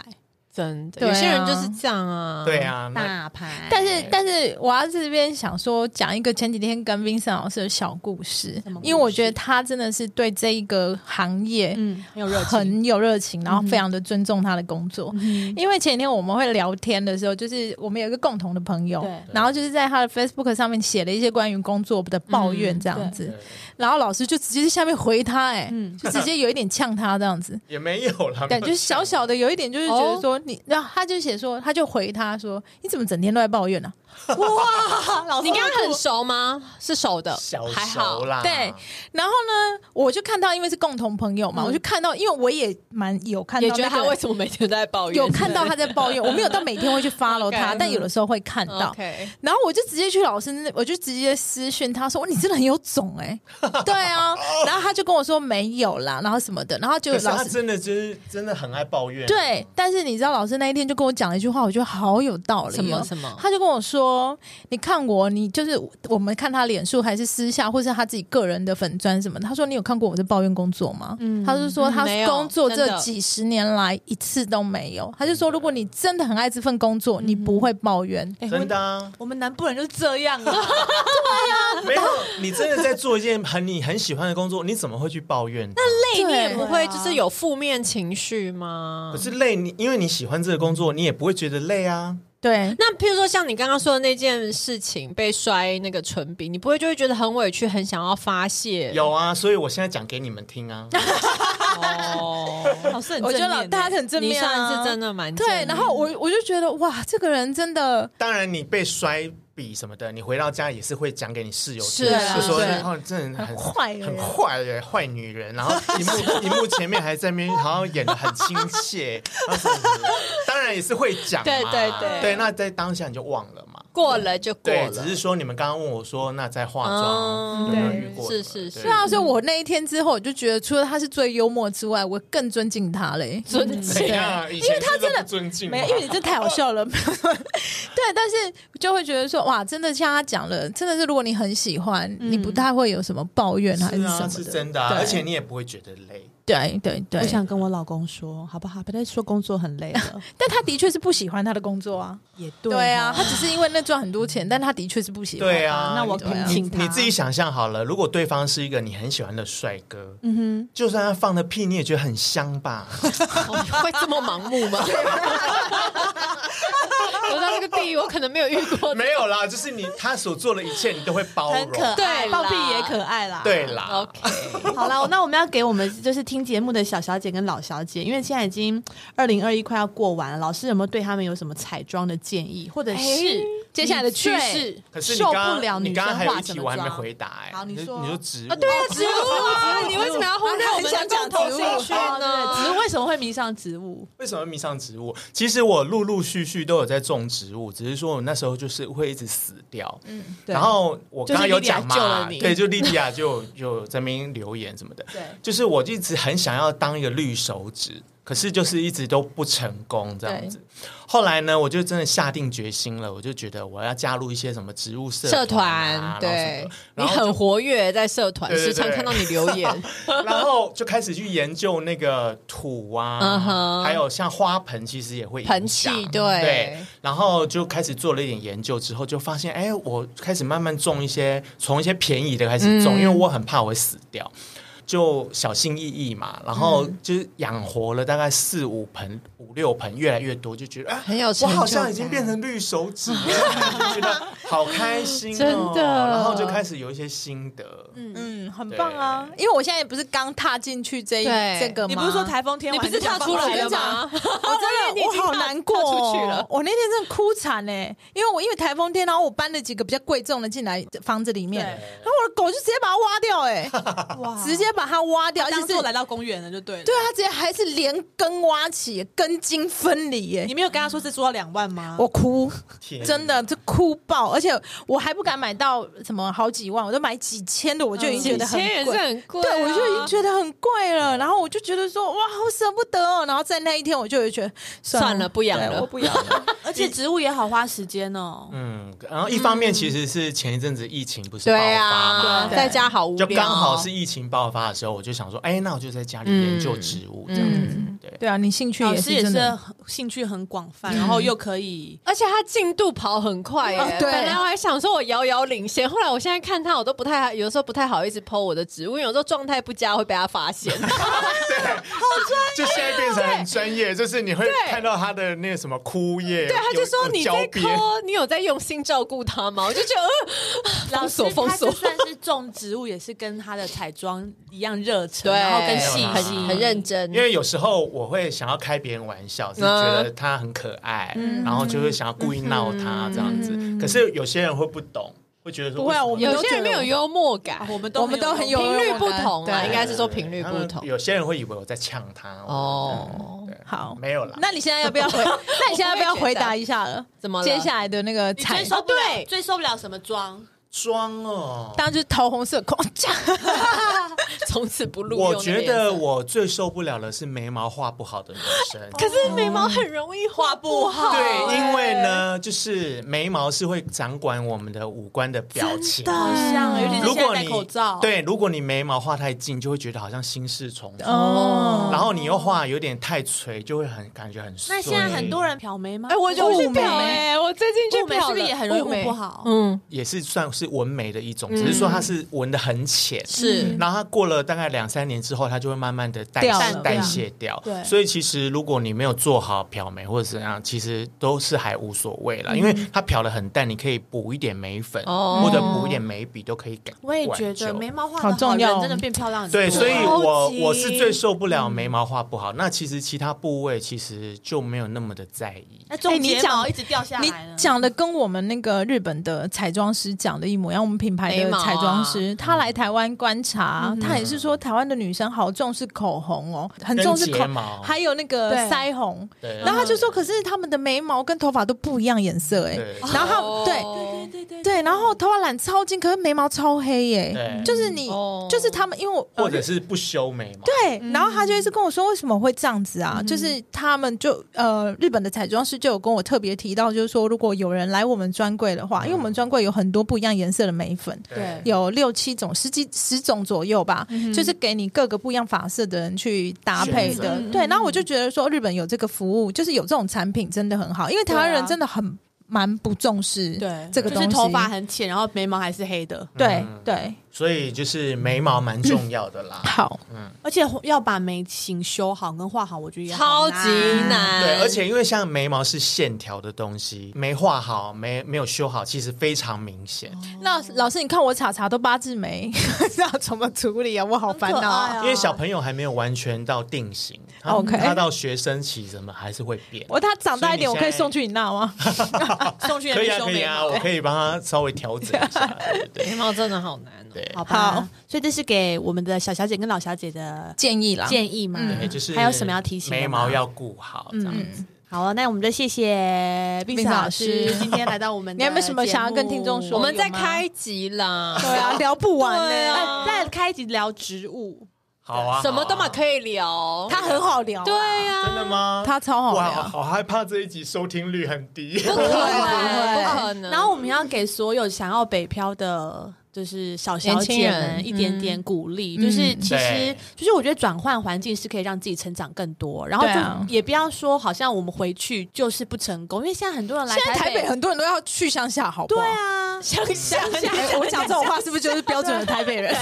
S2: 真的，
S3: 对啊
S2: 有些人就是这样啊，
S4: 对，啊，那
S1: 大牌，
S3: 但是，但是我要这边想说，讲一个前几天跟 Vincent 老师的小故事，
S1: 么故事
S3: 因为我觉得他真的是对这一个行业，
S1: 嗯，很有热情，嗯
S3: 很有热情，然后非常的尊重他的工作。因为前几天我们会聊天的时候，就是我们有一个共同的朋友
S1: 对，
S3: 然后就是在他的 Facebook 上面写了一些关于工作的抱怨这样子，
S4: 对
S3: 然后老师就直接在下面回他、哎、
S1: 嗯
S3: 就直接有一点呛他这 样子。
S4: 也没有啦，
S3: 对，就是小小的有一点，就是觉
S2: 哦
S3: 得说你，然后他就写说，他就回他说，你怎么整天都在抱怨呢、啊
S2: 你跟他很熟吗？是熟的，
S4: 小
S2: 还好
S4: 熟啦。
S3: 对，然后呢，我就看到，因为是共同朋友嘛，我就看到，因为我也蛮有看
S2: 嗯
S3: 到、
S2: 也
S3: 那个，
S2: 觉得他为什么每天都在抱怨？
S3: 有看到他在抱 怨，我没有到每天会去 follow 他，
S2: OK，嗯
S3: 但有的时候会看到。
S2: ，OK，
S3: 然后我就直接去老师那，我就直接私讯他说：“你真的很有种哎、对啊。”然后他就跟我说：“没有啦，然后什么的。”然后就
S4: 可是
S3: 老
S4: 他
S3: 师
S4: 真的就是真的很爱抱怨。，
S3: 对，哎但是你知道老师那一天就跟我讲了一句话，我觉得好有道理、哦。
S2: 什么什么
S3: 他就跟我说：“你看我，你就是我们看他脸书，还是私下，或是他自己个人的粉砖什么的？”他说：“你有看过我在抱怨工作吗？”他就说
S2: 嗯
S3: 他
S2: 没有
S3: 工作
S2: 真
S3: 这
S2: 的
S3: 几十年来一次都没有。他就说：“如果你真的很爱这份工作，你不
S2: 嗯
S3: 会抱怨。
S1: 哎
S4: 真的啊，
S1: 我们南部人就是这样 啊，
S4: 没有，你真的在做一件很你很喜欢的工作，你怎么会去抱怨它？那
S2: 那你也不会就是有负面情绪吗
S4: 可？是累，你因为你喜欢这个工作，你也不会觉得累啊。
S3: 对，
S2: 那譬如说像你刚刚说的那件事情，被摔那个唇笔，你不会就会觉得很委屈，很想要发泄？
S4: 有啊，所以我现在讲给你们听啊。
S2: 哦，
S1: 老师很
S3: 我觉得老大
S1: 家
S3: 家很正
S2: 你
S3: 面、啊，
S2: 算是真的蛮正
S3: 对。
S2: 面
S3: 然后我我就觉得哇，这个人真的
S4: 当然，你被摔笔什么的，你回到家也是会讲给你室友听，
S2: 是啊
S4: 就说
S2: 是
S4: 然后这人很
S3: 很坏耶
S4: 很坏耶，坏女人。然后荧幕荧幕前面还在那边，好像演的很亲切，然后什么什么的当然也是会讲嘛，
S2: 对对对
S4: 对。那在当下你就忘了嘛，
S2: 过了就过
S4: 对，
S2: 了，
S4: 只是说你们刚刚问我说，那在化
S2: 嗯
S4: 妆有没有遇过什
S2: 对是
S4: 么？
S2: 是是
S4: 对
S3: 对啊，所以我那一天之后，我就觉得除了他是最幽默之外，我更尊敬他嘞。
S2: 尊
S4: 怎
S2: 敬。
S4: 样？因为他真的不尊敬吗，
S3: 没有，因为你这太好笑了。 对，但是就会觉得说，哇，真的像他讲了，真的是如果嗯你很喜欢，你不太会有什么抱怨还
S4: 是
S3: 什么
S4: 啊，
S3: 的。
S4: 是真的啊，
S3: 对
S4: 而且你也不会觉得累。
S3: 对对对
S1: 我，想跟我老公说，好不好？不要再说工作很累了，
S3: 但他的确是不喜欢他的工作啊。
S1: 也对
S3: 对啊，
S1: 哦
S3: 他只是因为那赚很多钱，但他的确是不喜欢。
S4: 对啊，
S1: 那我
S4: 你
S3: 恳
S1: 请
S4: 你
S1: 他
S4: 你自己想象好了，如果对方是一个你很喜欢的帅哥，
S1: 嗯
S4: 就算他放的屁你也觉得很香吧？
S2: 哦会这么盲目吗？ 我到这个地，我可能没有遇过。
S4: 没有啦，就是你他所做的一切你都会包
S1: 哼，很，
S4: 容
S1: 可爱，
S2: 对啦
S1: 暴毙也可爱啦。
S4: 对啦。
S2: OK，
S1: 好啦，那我们要给我们就是听节目的小小姐跟老小姐，因为现在已经二零二一快要过完了，老师有没有对他们有什么彩妆的建议，或者是
S2: 接下来的趋势？
S4: 可是你
S1: 受
S4: 刚
S1: 不了
S4: 刚
S1: 女
S4: 你
S1: 生
S4: 刚刚还有
S1: 化
S4: 一
S1: 什
S4: 题
S1: 么
S4: 我还没
S1: 妆？
S4: 回答哎，
S1: 好你说
S4: 你说植物
S2: 啊，对啊，植物，你为什么要忽略我们的
S1: 讲
S2: 共同
S1: 植物
S2: 兴趣
S1: 哦对
S2: 呢？
S1: 植物为什么会迷上植物？
S4: 为什么迷上植物？其实我陆陆续续都有在种植物，只是说我那时候就是会一直死掉。嗯，
S1: 对
S4: 然后我刚刚有讲
S1: 就是莉莉娅救了
S4: 嘛，
S1: 你
S4: 对，就莉迪亚就就在那边留言什么的。
S1: 对，
S4: 就是我一直很想要当一个绿手指，可是就是一直都不成功这样子。后来呢，我就真的下定决心了，我就觉得我要加入一些什么植物社
S2: 社
S4: 团
S2: 团，
S4: 啊、
S2: 对你
S4: 然后什么的然后就
S2: 很活跃在社团，
S4: 对对
S2: 时
S4: 对
S2: 常看到你留言。
S4: 然后就开始去研究那个土啊，
S2: 嗯哼
S4: 还有像花盆，其实也会影响
S2: 盆器对
S4: 然后就开始做了一点研究之后，就发现，哎，我开始慢慢种一些，从一些便宜的开始种，
S2: 嗯
S4: 因为我很怕我会死掉。就小心翼翼嘛，然后
S2: 嗯
S4: 就是养活了大概四五盆、五六盆，越来越多，就觉得啊，
S2: 很有成
S4: 我
S2: 就感
S4: 好像已经变成绿手指了，就觉得好开心、哦，
S2: 真的
S4: 然后就开始有一些心得，
S3: 嗯，很棒啊！因为我现在不是刚踏进去这一
S2: 对
S3: 这个吗？
S1: 你不是说台风天
S2: 你
S1: 晚上
S2: 不是
S1: 就
S2: 跳
S1: 想
S2: 出
S1: 放
S2: 来
S1: 弃
S2: 了吗？
S3: 我哦真的
S2: 我以为你已经
S3: 我好
S2: 踏
S3: 难过、
S2: 踏
S3: 哦，
S2: 出去了
S3: 我那天真的哭惨嘞、因为我因为台风天，然后我搬了几个比较贵重的进来房子里面，
S1: 对
S3: 然后我的狗就直接把它挖掉、哎，
S1: 哇
S3: 直接把它挖掉，而且
S1: 当
S3: 是
S1: 做来到公园了就对了。
S3: 对，它啊直接还是连根挖起，根茎分离、哎
S1: 你没有跟他说是做到两万吗？
S3: 我哭，
S4: 天啊哪
S3: 真的这哭爆，而且我还不敢买到什么好几万，我都买几千的，我就已经觉得很
S2: 千也是
S3: 贵。
S2: 很贵啊，
S3: 对，我就已经觉得很贵了，然后我就觉得说，哇，好舍不得哦。然后在那一天，我就会觉得
S2: 算了，不养
S3: 对我
S2: 了。
S3: 不养了。
S1: 而且植物也好花时间哦。
S4: 嗯，然后一方面其实是前一阵子疫情不是爆
S2: 对
S4: 发嘛，
S2: 啊，
S3: 对
S2: 在家好无聊
S4: 就
S2: 哦，
S4: 刚好是疫情爆发的时候，我就想说，哎，那我就在家里研究植物这样子。
S2: 嗯。
S4: 对，
S3: 对啊，你兴趣
S1: 老
S3: 也
S1: 师
S3: 是
S1: 也
S3: 真
S1: 是
S3: 的，
S1: 很兴趣很广泛，然后又可 以
S2: 而且他进度跑很快耶、
S3: 哦对
S2: 本来我还想说我遥遥领先，后来我现在看他，我都不太有时候不太好意思剖我的植物，因为有时候状态不佳会被他发 现。
S4: 就现在变成很专业，就是你会看到它的那个什么枯叶，
S2: 对，他就
S4: 有
S2: 说
S4: 有
S2: 你
S4: 焦
S2: 在
S4: 边
S2: 抠，你有在用心照顾他吗？我就觉得，呃、
S1: 老
S2: 封
S1: 师
S2: 锁封锁
S1: 他是，算是种植物，也是跟他的彩妆一样热忱，
S2: 对，
S1: 然后跟细
S4: 很
S1: 心，
S2: 很认真
S4: 因。为有时候我会想要开别人玩笑，是觉
S2: 嗯
S4: 得他很可爱，然后就会想要故意闹他
S2: 嗯
S4: 这样子。可是有些人会不懂，会觉得说
S3: 不会啊
S4: 为什么
S3: 我们
S2: 有些人没有幽默
S1: 啊
S2: 感，
S1: 我们
S3: 我们都很有
S2: 频率不同
S3: 对
S2: 啊，
S3: 对
S2: 应该是说频率不
S4: 他们
S2: 同。
S4: 有些人会以为我在呛他哦，
S2: 哦，
S4: 对
S3: 好
S4: 没有啦。
S3: 那你现在要不要回？ 那你现在要不要回答一下了？
S2: 怎么了
S3: 接下来的那个
S1: 你最
S3: 彩，
S1: 受不了，
S2: 对
S1: 最受不了什么妆？
S4: 妆哦，
S3: 当然就是桃红色框架。
S2: 从此不录。
S4: 我觉得，我最受不了的是眉毛画不好的女生。
S2: 可是眉
S1: 哦
S2: 毛很容易画不好。哎
S1: 哎
S4: 对，因为呢，就是眉毛是会掌管我们的五官的表情。
S1: 好
S2: 嗯
S1: 像，尤其是
S4: 如
S1: 现在
S4: 果
S1: 戴
S4: 你
S1: 口罩，，
S4: 对，如果你眉毛画太近，就会觉得好像心事重重。
S3: 哦
S4: 然后你又画有点太垂，就会很感觉很碎。
S1: 那现在很多人漂眉吗？
S2: 哎，我就去
S3: 雾眉
S2: 漂哎，我最近去
S1: 雾眉
S2: 漂
S1: 是不是
S2: 了
S1: 也很容易
S2: 雾
S1: 雾
S2: 眉
S1: 不好？
S2: 嗯，
S4: 也是算是纹眉的一种，
S1: 嗯
S4: 只是说它是纹的很浅。
S2: 是
S4: 然后它过了大概两三年之后，它就会慢慢的代
S3: 掉
S4: 谢
S3: 了
S4: 代谢掉。
S1: 对
S4: 所以其实如果你没有做好漂眉或者怎样，其实都是还无所谓
S3: 嗯
S4: 啦，因为它漂的很淡，你可以补一点眉粉、
S2: 哦
S4: 或者补一点眉笔都可以改。
S1: 我也觉
S4: 挽
S1: 得
S4: 救
S1: 眉毛画
S3: 好
S1: 的
S3: 重要
S1: 人真的变漂亮很多。
S4: 对，所以我
S1: 超级
S4: 我是最受不了眉毛画不好。那其实其他部位其实就没有那么的在意。
S1: 那中
S3: 哎你
S1: 睫
S3: 讲
S1: 毛一直掉下
S3: 你
S1: 来呢。
S3: 讲的跟我们那个日本的彩妆师讲的一模一样，我们品牌
S2: 眉
S3: 的
S2: 毛啊
S3: 彩妆师，他来台湾观
S4: 嗯
S3: 察，他也是说台湾的女生好重视口红哦，很重视
S4: 跟
S3: 口
S4: 睫毛，
S3: 还有那个
S1: 对
S3: 腮红。
S4: 对
S3: 然后他就说，可是他们的眉毛跟头发都不一样颜色哎、
S4: 对
S3: 然后他
S2: 哦
S3: 对，
S1: 对对对
S3: 对，然后头发染超金，可是眉毛超黑耶，
S4: 对，
S3: 就是你
S2: 哦
S3: 就是他们，因为我
S4: 或者是不修眉毛，
S3: 对，然后他
S1: 嗯
S3: 就一直跟我说为什么会这样子啊？就是他们就呃，日本的彩妆师就有跟我特别提到，就是说如果有人来我们专柜的话，因为我
S1: 嗯
S3: 们专柜有很多不一样颜色的眉粉，
S1: 对
S3: 有六七种、十几十种左右吧，
S1: 嗯
S3: 就是给你各个不一样发色的人去搭配
S4: 选择。
S3: 的
S1: 嗯
S3: 对，然后我就觉得说日本有这个服务，就是有这种产品真的很好，因为台湾
S1: 对啊
S3: 人真的很蛮不重视
S1: 对，
S3: 这个
S1: 就
S3: 东西，
S1: 是头发很浅，然后眉毛还是黑的，
S3: 对
S4: 嗯
S3: 对
S4: 所以就是眉毛蛮重要的 啦。
S3: 好，
S1: 而且要把眉形修好跟画好，我觉得也好
S2: 超级
S1: 难
S2: 难，
S4: 对，而
S1: 嗯
S4: 且因为像眉毛是线条的东西，没画好、没没有修好，其实非常明显。
S1: 哦
S3: 那老师，你看我查查都八字眉， 要怎么处理啊？我好烦恼
S1: 很可爱
S3: 啊、
S1: 啊
S4: 因为小朋友还没有完全到定型他
S3: OK
S4: 他到学生期什么还是会变。
S3: 我他长大一
S4: 所以你现
S3: 点，我
S4: 在
S3: 可以送去你那吗？
S1: 送去那
S4: 可以
S1: 边
S4: 啊，
S1: 修
S4: 可以
S1: 眉
S4: 啊，
S1: 毛
S4: 我。可以帮他稍微调整一 下，对对
S2: 眉毛真的好难哦。
S4: 对对
S1: 好吧
S3: 好，
S1: 所以这是给我们的小小姐跟老小姐的
S3: 建议啦，
S1: 建议嘛？
S4: 对，哎就是
S1: 还有什么要提醒的吗？嗯
S4: 眉毛要顾好，这样子。
S1: 好了，那我们就谢谢冰
S3: Vince
S1: 老
S3: 老
S1: 师
S3: 师
S1: 今天来到我们的节目。
S3: 你有没有什么想要跟听众说
S2: 我
S1: 我
S2: 们
S1: 们在
S2: 在开集 啦，
S3: 对啊，聊不完呢、
S2: 对啊
S1: 再开一集聊植物，
S4: 好啊，
S2: 什么都嘛
S4: 以。
S2: 可以聊。
S3: 他很好
S1: 啊
S3: 聊、
S2: 对，啊呀，
S4: 真的吗？
S3: 啊他超好
S4: 哇，
S3: 聊。
S4: 好害怕这一集收听率很低。
S2: 不可能，
S3: 不会
S2: 不可能。
S1: 然后我们要给所有想要北漂的。就是小小姐们
S2: 年轻人
S1: 一点点鼓励，
S3: 嗯
S1: 就是其实
S4: 对
S1: 就是我觉得转换环境是可以让自己成长更多，然后
S3: 对啊
S1: 就也不要说好像我们回去就是不成功，因为现在很多人来
S3: 现在台
S1: 北
S3: 北很多人都要去乡下，好不
S1: 对
S3: 好？
S1: 啊，
S3: 乡下， 哎 我讲这种话是不是就是标准的台北人？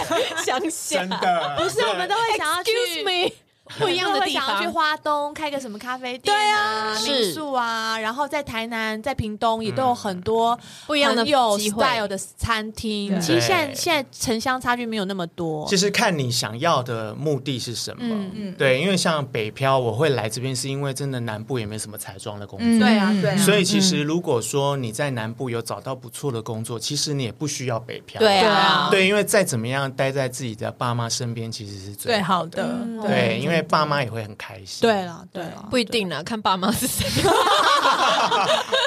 S2: 想想
S4: 真的
S1: 不是我啊们都会想要去
S2: Excuse me，不一样的
S1: 我们
S2: 地
S1: 会想要去
S2: 方。
S1: 花东开个什么咖啡店、啊，
S2: 对啊
S1: 民宿啊，然后在台南、在屏东也都有很多
S2: 嗯不一样的
S1: 很有
S2: 机会
S1: style 的餐厅。
S3: 对
S1: 其实现在
S4: 对
S1: 现在城乡差距没有那么多
S4: 就，是看你想要的目的是什么。
S1: 嗯
S3: 嗯
S4: 对，因为像北漂，我会来这边是因为真的南部也没什么彩妆的工作。
S3: 嗯
S1: 对啊对啊
S4: 所以其实如果说你在南部有找到不错的工作，其实你也不需要北漂。
S2: 对啊
S1: 啊，
S4: 对，因为再怎么样待在自己的爸妈身边，其实是最
S3: 最
S4: 好
S3: 好的，
S1: 嗯
S4: 的。对，因为爸妈也会很开心。
S1: 对啊了对了，
S2: 不一定啦，看爸妈是 谁。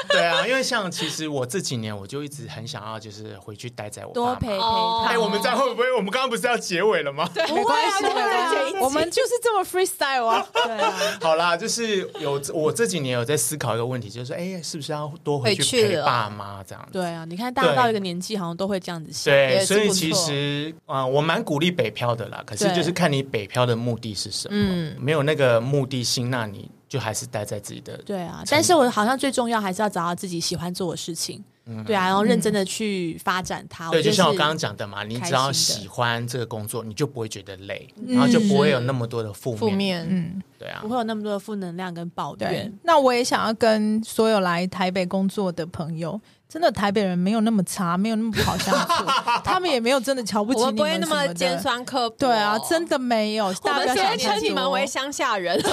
S4: 对啊，因为像其实我这几年我就一直很想要，就是回去待在我
S1: 多
S4: 爸
S1: 陪
S4: 妈。
S1: 陪
S2: 哦
S1: 他。
S4: 哎，我们这样会不会？我们刚刚不是要结尾了吗？对。
S3: 没关系，
S1: 不会啊
S3: 没关
S1: 不会啊
S3: 系，我们就是这么 freestyle 啊。
S1: 对 啊，
S4: 好啦，就是有我这几年有在思考一个问题，就是说，哎、是不是要多回
S2: 回去
S4: 去陪
S2: 了
S4: 爸妈这样子？
S1: 对啊，你看大家
S4: 对
S1: 到一个年纪，好像都会这样子想。
S4: 对，
S2: 也是
S4: 所以
S2: 不错
S4: 其实啊、呃我蛮鼓励北漂的啦。可是
S1: 对
S4: 就是看你北漂的目的是什么，
S2: 嗯，
S4: 没有那个目的性，那你就还是待在自己的。
S1: 对啊，但是我好像最重要还是要找到自己喜欢做的事情，对啊，然
S2: 嗯
S1: 后认真的去发展它。
S4: 嗯对，
S1: 觉
S4: 就
S1: 得
S4: 像我
S1: 是
S4: 刚刚讲的嘛，你只
S1: 开
S4: 要
S1: 心的
S4: 喜欢这个工作，你就不会觉得累，然后就不会有那么多的负面。
S2: 负面。
S3: 嗯，
S4: 对啊
S1: 不，会有那么多的负能量跟抱
S3: 对
S1: 怨。，
S3: 那我也想要跟所有来台北工作的朋友，真的台北人没有那么差，没有那么不好相处，他们也没有真的瞧不起
S2: 我
S3: 你
S2: 们不会那
S3: 什么
S2: 么
S3: 的
S2: 尖。酸刻薄。
S3: 对啊，真。的没有，
S2: 我
S3: 大
S2: 们只
S3: 家不要哦
S2: 会
S3: 想太
S2: 称你们
S3: 多
S2: 为乡下 人，
S1: 再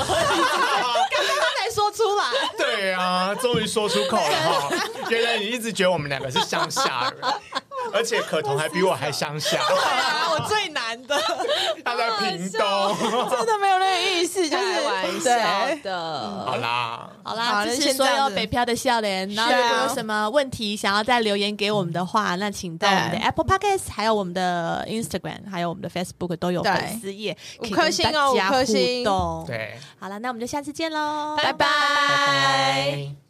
S1: 说出来，
S4: 对啊，终于说出口了哈！原来你一直觉得我们两个是乡下人，而且可彤还比我还乡下，啊
S1: 我最难的。
S4: 他在屏东。
S3: 真的没有那个意思，就是
S2: 开玩笑
S3: 对
S2: 的。
S4: 好啦，
S1: 好
S3: 好
S1: 啦，这
S3: 那
S1: 是
S3: 先
S1: 所
S3: 这样
S1: 有
S3: 子
S1: 北漂的笑脸。然后
S3: 是
S1: 如
S3: 啊
S1: 果有什么问题想要再留言给我们的话，那请到我们的
S3: 对
S1: Apple Podcast，还有我们的 Instagram，还有我们的 Facebook 都有
S3: 对
S1: 粉丝页，
S3: 五颗星
S1: 可
S3: 哦
S1: 以跟大家
S3: 五颗星
S1: 互动。
S4: 对，
S1: 好了，那我们就下次见喽，
S2: 拜拜
S4: 拜。